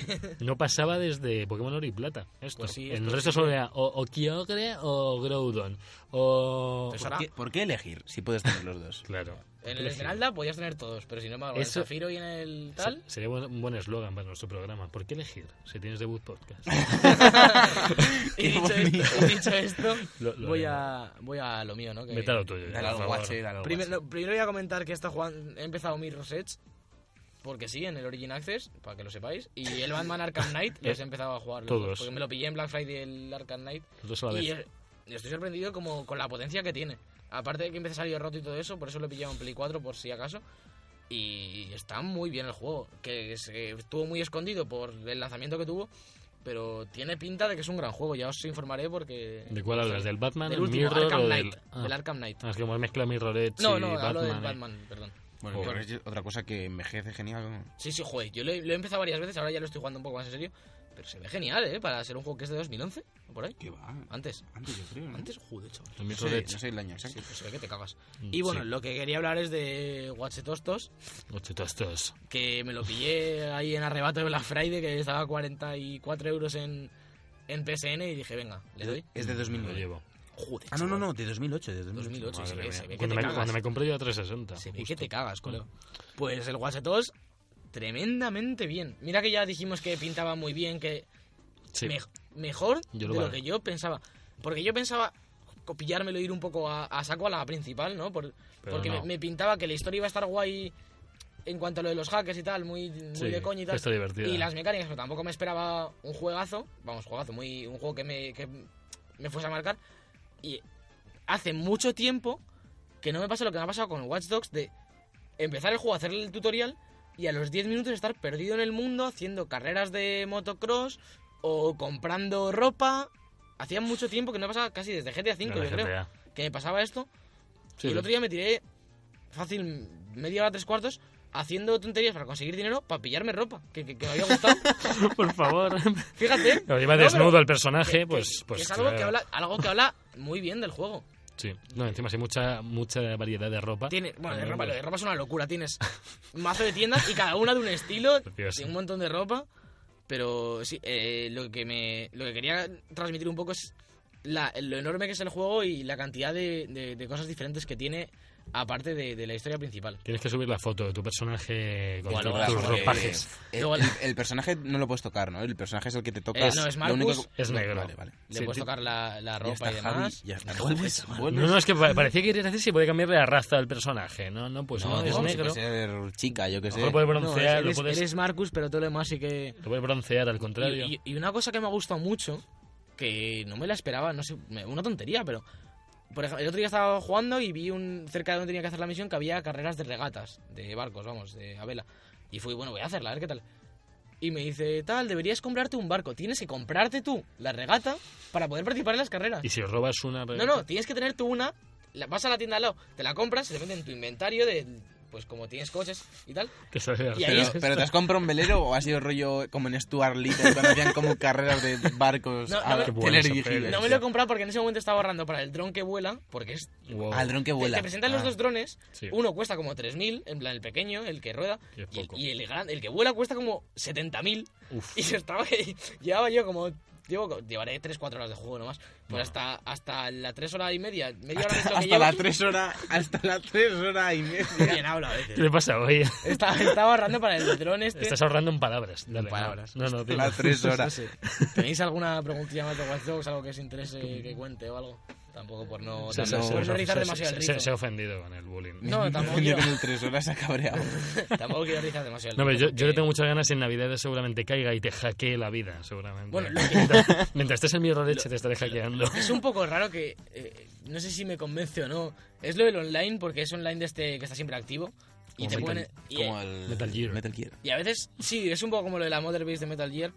B: no pasaba desde Pokémon Oro y Plata. Esto.
D: Pues sí,
B: en
D: esto
B: el resto
D: sí
B: solo
D: que-
B: era o, o Kyogre o Groudon. O.
D: Pues
C: ¿Por qué, por qué elegir si puedes tener los dos?
B: Claro.
D: En el Esmeralda podías tener todos, pero si no, embargo, en el
B: Eso-
D: Zafiro y en el
B: Se-
D: tal...
B: Sería buen- un buen eslogan para nuestro programa. ¿Por qué elegir si tienes debut podcast?
D: y, dicho
C: bonito.
D: esto, y dicho esto,
B: Lo- lo
D: voy,
B: haremos.
D: a, eh, voy a lo mío, ¿no? Que-
B: Vete a lo tuyo. ya,
C: Dale
B: por
C: al
B: favor.
C: guache, dale al
D: Primer-
C: guache.
D: no, primero voy a comentar que está jugando, he empezado Mirror's Edge, porque sí, en el Origin Access, para que lo sepáis. Y el Batman Arkham Knight, los he empezado a jugar. los
B: Eh, Todos.
D: dos, Porque me lo pillé en Black Friday el Arkham Knight.
B: Los dos a la
D: Y eh,
B: vez.
D: es- y estoy sorprendido como con la potencia que tiene. Aparte de que empieza a salir roto y todo eso, por eso lo he pillado en Play 4 por si acaso. Y está muy bien el juego, que se- estuvo muy escondido por el lanzamiento que tuvo, pero tiene pinta de que es un gran juego. Ya os informaré porque...
B: ¿De cuál hablas? ¿Del Batman?
D: Del último,
B: Mirror
D: Arkham
B: o del...
D: Knight.
B: Ah.
D: Del Arkham Knight.
B: Ah, es que hemos mezclado Mirror Edge
D: No,
B: y
D: no,
B: Batman.
D: hablo del
B: ¿eh?
D: Batman, perdón.
C: Bueno,
B: Joder.
C: Mirror Edge es otra cosa que envejece genial. ¿no?
D: Sí, sí, joder, yo lo he, lo he empezado varias veces, ahora ya lo estoy jugando un poco más en serio, pero se ve genial, ¿eh? Para ser un juego que es de 2011, o por ahí.
C: ¿Qué va?
D: Antes.
C: Antes, yo creo. ¿no?
D: Antes, joder, chaval.
B: El
C: No
B: Mirror
C: sé,
B: Edge.
C: no sé el año exacto.
D: Sí, pues se ve que te cagas.
B: Mm,
D: Y bueno,
B: sí.
D: lo que quería hablar es de Guachetostos,
B: Ocho tostos.
D: que me lo pillé ahí en arrebato de Black Friday, que estaba a 44 euros en, en PSN, y dije, venga, le doy.
C: Es de
B: Lo
C: 2009.
B: llevo.
D: Joder,
C: Ah, no, no,
D: chaval.
C: no, de 2008. De 2008.
D: 2008, y se
B: Madre
D: ve,
B: mía.
D: se ve que
B: cuando,
D: te
B: me,
D: cagas.
B: cuando me compré yo a 360.
D: Se ve
B: justo.
D: que te cagas, colega. Pues el Guachetost, tremendamente bien. Mira que ya dijimos que pintaba muy bien, que
B: Sí.
D: Mej- mejor
B: Yo lo
D: de lo
B: valoro.
D: que yo pensaba. Porque yo pensaba copillármelo ir un poco a, a saco a la principal, ¿no? Por-
B: Pero
D: porque me-
B: no.
D: Me, pintaba que la historia iba a estar guay en cuanto a lo de los hackers y tal, muy, muy
B: Sí,
D: de coña y tal.
B: está divertida.
D: Y las mecánicas, pero tampoco me esperaba un juegazo, vamos, juegazo, muy, un juego que me, que me fuese a marcar. Y hace mucho tiempo que no me pasa lo que me ha pasado con Watch Dogs de empezar el juego, hacer el tutorial y a los 10 minutos estar perdido en el mundo haciendo carreras de motocross o comprando ropa. Hacía mucho tiempo que no me pasaba casi desde GTA V,
B: La
D: yo creo,
B: GTA.
D: que me pasaba esto.
B: Sí,
D: y el otro día me tiré fácil media hora, tres cuartos, haciendo tonterías para conseguir dinero para pillarme ropa, que, que- que me había gustado.
B: Por favor.
D: Fíjate.
B: Lo lleva
D: No,
B: desnudo
D: pero
B: el personaje,
D: que-
B: pues...
D: que-
B: pues
D: que es algo que,
B: claro.
D: habla, algo que habla muy bien del juego.
B: Sí. No, encima sí, mucha, mucha variedad de ropa.
D: Tiene, bueno, de
B: También,
D: ropa, lo
B: pues,
D: de ropa es una locura. Tienes mazo de tiendas y cada una de un estilo,
B: Precioso.
D: tiene un montón de ropa. Pero sí, eh, lo, que me, lo que quería transmitir un poco es la- lo enorme que es el juego y la cantidad de, de- de cosas diferentes que tiene, aparte de, de la historia principal.
B: Tienes que subir la foto de tu personaje con
D: Bueno,
B: tu-
D: la
B: tus
D: foto de-
B: ropajes.
C: El,
D: Luego-
C: el- el personaje no lo puedes tocar, ¿no? El personaje es el que te toca.
D: Eh, no, es Marcus.
B: Es negro.
C: Vale, vale.
D: Le
B: Sí,
D: puedes
B: ti-
D: tocar la, la
C: Ya
D: ropa
C: está,
D: y
C: Javi,
D: demás.
C: ya está.
D: Joder,
C: Vuelves,
D: chaval.
C: vuelves.
B: No, no, es que pa- parecía que querías decir si puede cambiarle la raza al personaje. No, no, pues no,
C: No,
B: es
C: tío,
B: negro.
C: puede ser chica, yo qué
B: A lo
C: sé.
B: mejor lo puedes
D: No,
B: broncear,
D: eres,
B: lo, puedes,
D: eres Marcus, pero todo lo demás sí que...
B: lo puedes broncear al contrario.
D: Y, y- y una cosa que me ha gustado mucho, que no me la esperaba, no sé, me- una tontería, pero. Por ejemplo, el otro día estaba jugando y vi un cerca de donde tenía que hacer la misión que había carreras de regatas, de barcos, vamos, de a vela. Y fui, bueno, voy a hacerla, a ver qué tal. Y me dice, tal, deberías comprarte un barco. Tienes que comprarte tú la regata para poder participar en las carreras.
B: Y si os robas una. pues,
D: No, no, tienes que tener tú una, la, vas a la tienda al lado, te la compras, se te mete en tu inventario de, pues como tienes coches y tal.
B: Te sale la
D: Y ahí
C: Pero,
D: es
B: raza.
C: pero ¿te has comprado un velero o ha sido rollo como en Stuart Little cuando hacían como carreras de barcos
D: No, no
C: a
D: me-
C: tener
D: Qué
B: buena esa
C: dirigibles?
B: peli.
D: No me lo he comprado porque en ese momento estaba ahorrando para el dron que vuela, porque es
B: Wow.
C: Al dron que
D: Te-
C: vuela.
D: Te, presentan los
C: Ah.
D: dos drones.
B: Sí.
D: Uno cuesta como 3.000, en plan el pequeño, el que rueda.
B: Que es
D: Y, el-
B: poco.
D: y el, gran- el que vuela cuesta como 70.000.
B: Uf.
D: Y yo estaba llevaba yo como... Llevo, co- llevaré 3-4 horas de juego nomás. Pues
B: Bueno.
D: hasta, hasta la 3 horas y media, media hora de lo que
C: Hasta, hasta
D: llevo,
C: las tres horas, hasta las tres horas y media.
D: Bien hablo a
B: ¿Qué
D: veces.
B: le pasa hoy?
D: Estaba, estaba ahorrando para el dron este.
B: Estás ahorrando en palabras. Dale, no.
D: palabras.
B: No, no, tío.
C: Las tres horas.
D: ¿Tenéis alguna preguntilla más de Watch Dogs? Algo que os interese que cuente o algo? Tampoco por no...
B: Se- se-
D: tampoco
B: se-
D: por
B: se-
D: no rizar
B: se-
D: demasiado el
B: se- se-
D: rizo.
B: Se ha ofendido con el bullying.
D: No, tampoco
C: Yo
D: quiero-
C: con el tres horas ha cabreado.
D: Tampoco quiero rizar demasiado el
B: No, pero
D: rizo
B: yo, yo le
D: porque-
B: tengo muchas ganas y en Navidades seguramente caiga y te hackee la vida, seguramente.
D: Bueno, lo que-
B: mientras, mientras estés en mi leche te estaré hackeando.
D: Es un poco raro que. eh, no sé si me convence o no. Es lo del online, porque es online de este que está siempre activo. Y
B: Como
D: te
B: Metal-
D: pone. Y, e-
C: Como el
B: Metal Gear.
C: Metal Gear.
D: y a veces, sí, es un poco como lo de la Mother Base de Metal Gear.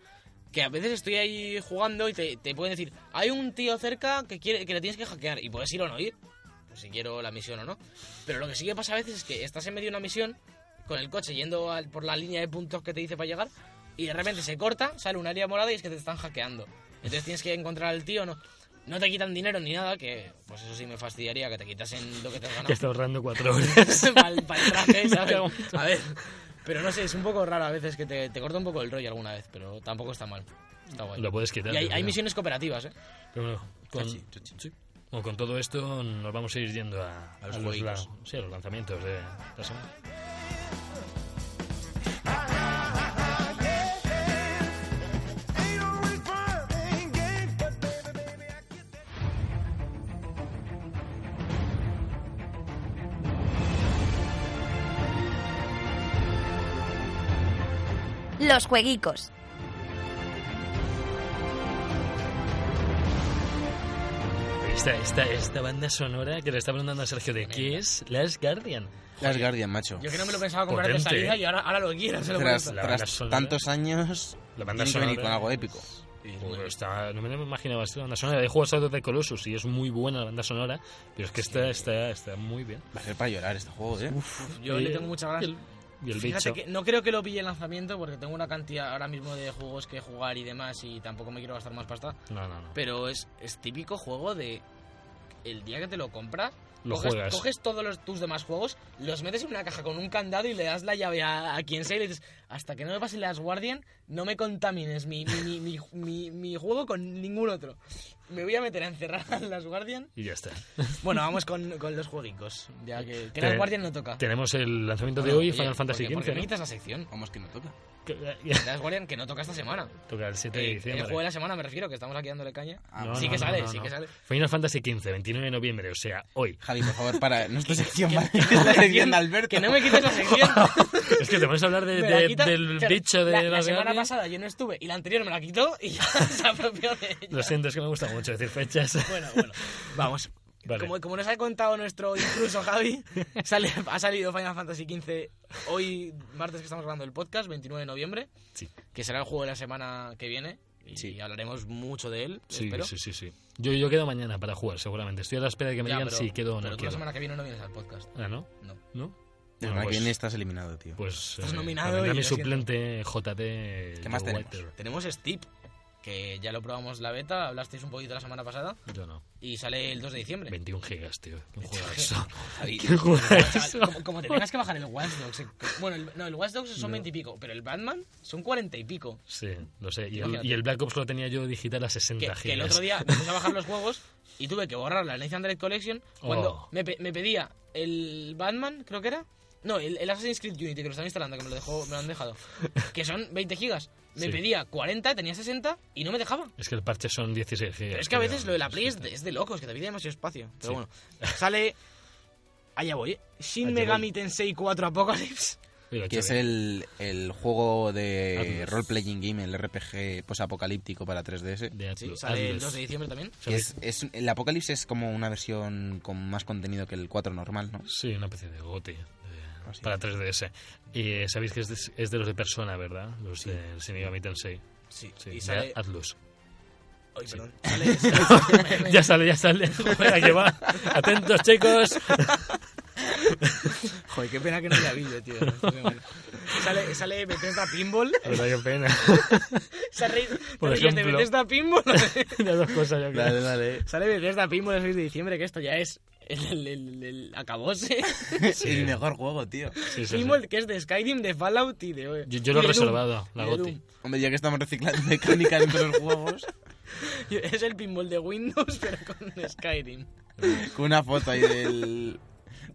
D: Que a veces estoy ahí jugando y te, te pueden decir: hay un tío cerca que, quiere, que le tienes que hackear. Y puedes ir o no ir. Pues si quiero la misión o no. Pero lo que sí que pasa a veces es que estás en medio de una misión con el coche yendo al- por la línea de puntos que te dice para llegar y de repente se corta, sale un área morada y es que te están hackeando. Entonces tienes que encontrar al tío, no no te quitan dinero ni nada, que pues eso sí me fastidiaría que te quitasen lo que te has
B: Que
D: ganado
B: está ahorrando cuatro horas.
D: para el, traje,
B: Me
D: ¿sabes?
B: cago.
D: A ver, pero no sé, es un poco raro a veces que te, te corta un poco el rollo alguna vez, pero tampoco está mal. Está guay.
B: Lo puedes quitar.
D: y hay,
B: yo
D: hay
B: creo.
D: misiones cooperativas, ¿eh?
B: Pero bueno, con,
C: Chachi, chachi.
B: bueno, con todo esto nos vamos a ir yendo a,
C: A los
B: la-
C: jueguicos.
B: sí, a los lanzamientos de la semana.
A: Los jueguicos.
B: Oye, Esta, esta, esta banda sonora que le está preguntando a Sergio de qué es Last Guardian.
C: Las Guardian, macho.
D: Yo que no me lo pensaba comprar de
B: Potente.
D: salida y ahora, ahora lo quiero, se lo
C: Tras,
D: compro.
B: la banda
C: tras
B: sonora.
C: tantos años,
B: La banda
C: tiene que venir
B: sonora
C: con algo
B: es-
C: épico.
B: Joder,
D: pues,
B: está- no me lo imaginaba esta banda sonora. He jugado Shadow de Colossus y es muy buena la banda sonora, pero es que esta está, está muy bien.
C: Va a ser para llorar este juego, ¿eh?
D: Yo
B: Pues, Y-
D: le tengo muchas ganas.
B: Y el, y el
D: Fíjate
B: bicho.
D: que no creo que lo pille el lanzamiento porque tengo una cantidad ahora mismo de juegos que jugar y demás y tampoco me quiero gastar más pasta.
B: No, no, no.
D: Pero es, es típico juego de el día que te lo compras,
B: Lo
D: coges,
B: juegas.
D: coges todos los- tus demás juegos, los metes en una caja con un candado y le das la llave a, a quien sea y le dices, hasta que no me pase las Guardian, no me contamines mi, mi, mi, mi, mi- mi juego con ningún otro. Me voy a meter a encerrar a las Guardian.
B: Y ya está.
D: Bueno, vamos con, con los jueguicos, ya que, que
B: Te-
D: las Guardian no toca.
B: Tenemos el lanzamiento de
D: Bueno,
B: hoy,
D: oye,
B: Final Fantasy
D: porque- porque
B: XV.
D: necesitas la sección.
C: Vamos que no toca.
B: ¿no?
D: Las Guardian que no toca esta semana.
B: eh, Toca el 7 de
D: Eh, el
B: diciembre.
D: juego de la semana me refiero, que estamos aquí dándole caña.
C: Ah,
B: No,
D: sí
B: no,
D: que
B: no,
D: sale,
B: no,
D: sí
B: no.
D: que sale.
B: Final Fantasy XV, 29 de noviembre, o sea, hoy.
C: Javi, por favor, para. No es tu sección, ¿vale?
D: que- que-
C: Es la sección
D: que-
C: de Alberto.
D: Que no me quites la sección.
B: Es que te pones a hablar de-
D: Me la
B: de-
D: quita-
B: del
D: claro,
B: bicho de
D: la,
B: las
D: la semana
B: Guardian.
D: pasada yo no estuve y la anterior me la quitó y ya se apropió de ella.
B: Lo siento, es que me gusta mucho decir fechas.
D: Bueno, bueno, vamos.
B: Vale.
D: Como, como nos ha contado nuestro intruso Javi, sale, ha salido Final Fantasy XV hoy, martes que estamos grabando el podcast, 29 de noviembre,
B: Sí.
D: que será el juego de la semana que viene y,
C: Sí.
D: hablaremos mucho de él,
B: Sí,
D: espero.
B: sí, sí, sí. Yo, yo quedo mañana para jugar, seguramente. Estoy a la espera de que me
D: Ya,
B: digan
D: pero-
B: si quedo o
D: pero
B: no
D: tú la
B: quedo.
D: semana que viene no vienes al podcast,
B: Ah, ¿no?
D: no.
B: ¿No?
C: De
B: Bueno,
C: verdad
B: pues-
C: que en este estás eliminado, tío.
B: Pues
D: Estás
B: eh,
D: nominado
B: pondré a
D: y
B: mi
D: lo siento.
B: suplente JT.
C: ¿Qué más
B: Joe
C: tenemos?
B: Walter.
D: Tenemos Steep, que ya lo probamos la beta, hablasteis un poquito la semana pasada,
B: Yo no.
D: y sale el 2 de diciembre.
B: 21 gigas, tío. ¿Quién juega eso?
D: Javi,
B: ¿Quién juega
D: chaval,
B: eso?
D: como, como te tengas que bajar el Watch Dogs. eh, Bueno, el, no, el Watch Dogs son 20 y pico, pero el Batman son 40 y pico.
B: Sí, lo sé. Y el,
D: Imagínate.
B: y el Black Ops lo tenía yo digital a
D: Que,
B: 60 gigas.
D: que el otro día me puse a bajar los juegos y tuve que borrar la Nathan Drake Collection cuando
B: Oh.
D: me, pe- me pedía el Batman, creo que era. No, el, el Assassin's Creed Unity que lo están instalando, que me lo, dejó, me lo han dejado. Que son 20 gigas. Me
B: Sí.
D: pedía 40, tenía 60 y no me dejaba.
B: Es que el parche son 16 gigas.
D: Pero es que a
B: creo.
D: veces lo de la Play es de, es de locos, que te pide demasiado espacio. Pero
B: Sí.
D: bueno, sale. Allá voy, ¿eh? Shin
B: Allá
D: Megami Tensei 4 Apocalypse.
B: Pero
C: Que es
B: chévere.
C: el, el juego de
B: Atlus.
C: role-playing game, el RPG posapocalíptico para 3DS.
B: De Atlus. Ah,
D: Sí, sale el
B: Atlus.
D: 2 de diciembre también.
B: Sale-
C: Es, es- el Apocalipsis es como una versión con más contenido que el 4 normal, ¿no?
B: Sí, una especie de gote eh,
C: Así.
B: para 3DS. Y eh, sabéis que es de, es de los de Persona, ¿verdad? Los de Shin Megami Tensei.
D: Sí,
B: Sí,
D: y
B: de
D: sale.
B: Atlus.
D: Ay, perdón. Sale- sale-
B: Ya sale, ya sale. Joder, aquí va. Atentos, chicos.
D: Joder, qué pena que no haya vídeo, tío. sale, sale Bethesda Pinball.
B: Verdad, qué pena.
D: ¿Se reí-
B: Por
D: te ríes de
B: ejemplo.
D: Bethesda Pinball?
B: Las dos cosas, yo creo.
C: dale.
D: sale Bethesda Pinball el 6 de diciembre, que esto ya es. El, el, el, el acabose.
B: Sí.
C: El mejor juego, tío.
B: Sí, sí, sí.
D: Pinball que es de Skyrim, de Fallout y de.
B: Yo, yo lo he
D: y de Doom.
B: reservado,
D: Y
B: la
D: de
B: Goti.
D: Doom.
C: Hombre, ya que estamos reciclando mecánicas entre los juegos,
D: Es el pinball de Windows, pero con Skyrim.
C: con una foto ahí del...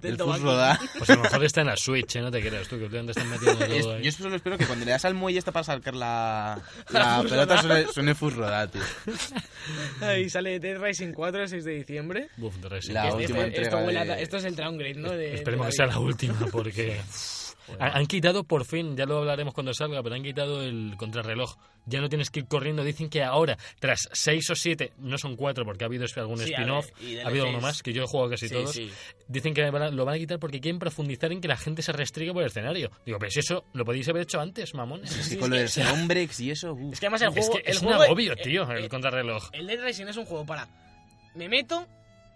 C: del
D: tobaco.
C: Fus Rodá.
B: Pues a lo mejor está en la Switch, ¿eh? No te creas tú, que últimamente están metiendo
C: Es-
B: todo ahí.
C: yo solo espero que cuando le das al muelle está para sacar la, la
D: Fus
C: pelota
D: Rodá.
C: suene, suene Fus Rodá, tío.
D: Y sale Dead Rising 4 el 6 de diciembre.
B: Buf, de Racing.
C: La
B: Este-
D: Este- esto,
C: última entrega
D: esto huele a-
C: de-
D: esto es el downgrade, ¿no? De-
B: Esperemos
D: de
B: que sea la
D: vida.
B: última, porque han, han quitado por fin, ya lo hablaremos cuando salga, pero han quitado el contrarreloj. Ya no tienes que ir corriendo. Dicen que ahora, tras seis o siete, no son cuatro porque ha habido este algún
D: Sí, a
B: spin-off,
D: ver, y
B: ha habido
D: DLCs.
B: uno más, que yo he jugado casi
D: Sí,
B: todos.
D: sí.
B: Dicen que van a- lo van a quitar porque quieren profundizar en que la gente se restrigue por el escenario. Digo, pero si eso lo podéis haber hecho antes, mamones.
C: Sí, con los hombrex y eso. uf.
D: Es que además el
B: es
D: juego.
B: que
D: el
B: es
D: juego-
B: un agobio,
D: eh,
B: tío,
D: eh,
B: el contrarreloj.
D: el Dead Rising es un juego para. Me meto,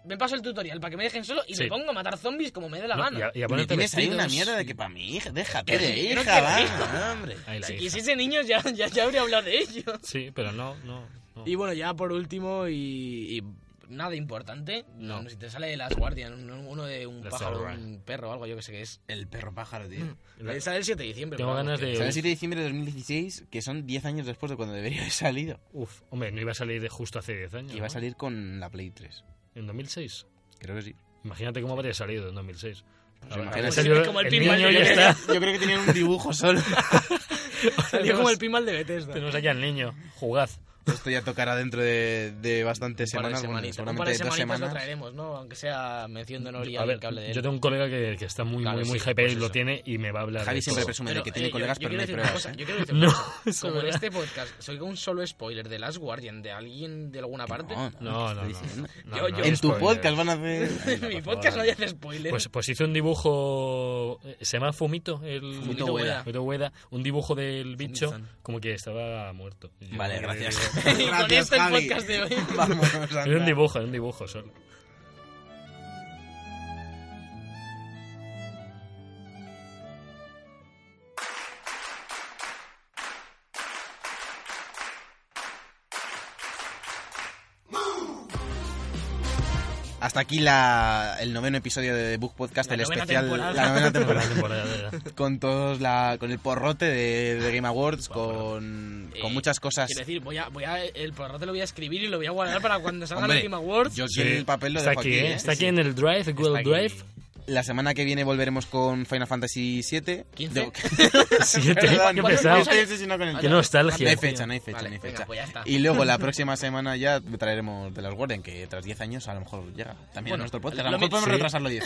D: me paso el tutorial para que me dejen solo y
B: Sí.
D: me pongo a matar zombies como me dé la
B: No,
D: mano.
B: y a- y a
C: Me
B: ponerte
C: tienes ahí una
B: vestidos.
C: mierda de que para mi hija, déjate de
D: Pero
C: hija,
D: qué
C: va,
D: rico.
C: hombre.
B: Ahí la
D: si
B: hija.
D: quisiese niños ya, ya, ya habría hablado de ello.
B: Sí, pero no, no. no.
D: Y bueno, ya por último y. y Nada importante, no. si te sale de las guardias, uno de un
B: That's
D: pájaro,
B: alright.
D: un perro o algo, yo que sé qué es.
C: El perro pájaro, tío.
B: La-
D: Eh, Sale el 7 de diciembre.
B: Tengo
D: pero
B: ganas
D: vamos, que-
B: de-
C: O sea, el 7 de diciembre de 2016, que son 10 años después de cuando debería haber salido.
B: Uf, hombre, no iba a salir de justo hace 10 años.
C: Que iba a
B: ¿no?
C: salir con la Play 3.
B: ¿En 2006?
C: Creo que sí.
B: Imagínate cómo habría salido en 2006.
C: Pues
B: Habrá-
C: imagínate.
B: salió
D: Como el
B: el
D: pinball,
B: niño
D: yo
B: ya
D: creo.
B: está.
C: Yo creo que tenían un dibujo solo.
D: Salió como el pinball de Bethesda.
B: Tenemos aquí al niño. Jugad.
C: Esto ya tocará dentro de, de bastantes
D: Un par de
C: semanas, bueno,
D: semanitas. Un par
C: seguramente
D: de
C: dos
D: semanitas lo
C: semanas.
D: traeremos, ¿no? Aunque sea mención de honor y
B: A
D: alguien
B: ver,
D: que hable de él.
B: yo tengo un colega que, que está muy,
D: Claro,
B: muy, muy
D: sí,
B: hype
D: pues
B: y lo
D: eso.
B: tiene y me va a hablar
C: Javi
B: de
C: siempre
B: todo.
C: presume de que tiene
D: eh, yo-
C: colegas,
D: yo
C: pero no
D: quiero
C: hay
D: decir una
C: pruebas. ¿eh?
D: cosa, yo quiero decir
B: No,
D: una
B: eso
D: cosa.
B: es
D: Como en
B: verdad.
D: este podcast soy un solo spoiler de Last Guardian, de alguien de alguna parte.
C: No, no,
B: No, no,
C: ¿qué
B: no,
C: estoy diciendo?
B: no,
D: Yo-
B: no,
D: yo-
B: no
C: En tu
B: spoiler.
C: podcast van a hacer...
B: por
D: En mi
B: favor.
D: podcast no hay spoiler.
B: Pues, pues hizo un dibujo. eh, Se llama Fumito. El
C: Fumito
D: Ueda.
B: Fumito Ueda, Un dibujo del bicho
C: Fumito-san.
B: como que estaba muerto. Y yo
C: Vale,
B: me quedé-
C: gracias.
D: Y con
C: Gracias,
D: esto el
C: Javi.
D: podcast de hoy.
C: Vamos,
B: Era un
C: Sandra.
B: dibujo, era un dibujo solo.
C: Hasta aquí la, el noveno episodio de The Book Podcast,
D: La
C: el
D: novena
C: especial,
D: temporada.
C: la novena
B: Por la
C: temporada.
B: temporada, de verdad.
C: con todos la, con el porrote de, de Game Awards, con, con
D: Eh,
C: muchas cosas.
D: Quiero decir, voy a, voy a, el programa te lo voy a escribir y lo voy a guardar para cuando salga
C: Hombre,
D: el Game Awards.
C: Pues Yo quiero el papel lo
B: está
C: dejo
B: aquí,
C: aquí,
B: ¿eh?
C: ¿eh?
B: Está aquí
C: Sí.
B: en el Drive, Google
D: aquí.
B: Drive.
C: La semana que viene volveremos con Final Fantasy VII.
D: 15.
C: Digo,
B: Siete,
C: Perdón,
B: qué
C: no
B: pesado.
C: estoy obsesionado con el
B: Qué
C: tiempo. No
B: nostalgia.
C: hay fecha, no hay fecha,
D: Ah, Vale,
C: no hay
D: venga,
C: fecha.
D: pues ya está.
C: Y luego la próxima semana ya traeremos de las Guardian, que tras 10 años a lo mejor llega también a
D: Bueno,
C: nuestro podcast. A
D: lo Pues
C: lo
D: mi-
C: mejor podemos
B: sí.
C: retrasarlo 10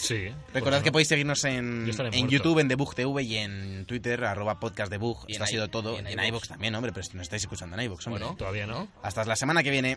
B: Sí.
C: Recordad que
B: pues,
C: podéis seguirnos en,
B: Yo estaré
C: en
B: muerto.
C: YouTube, en Debug TV y en Twitter, arroba podcast Debug.
D: Y en
C: Esto ha
D: i-
C: sido todo.
D: y en
C: en
D: iVoox.
C: iVoox también, hombre, pero si nos estáis escuchando en iVoox, hombre.
D: Bueno.
B: Todavía no.
C: Hasta la semana que viene.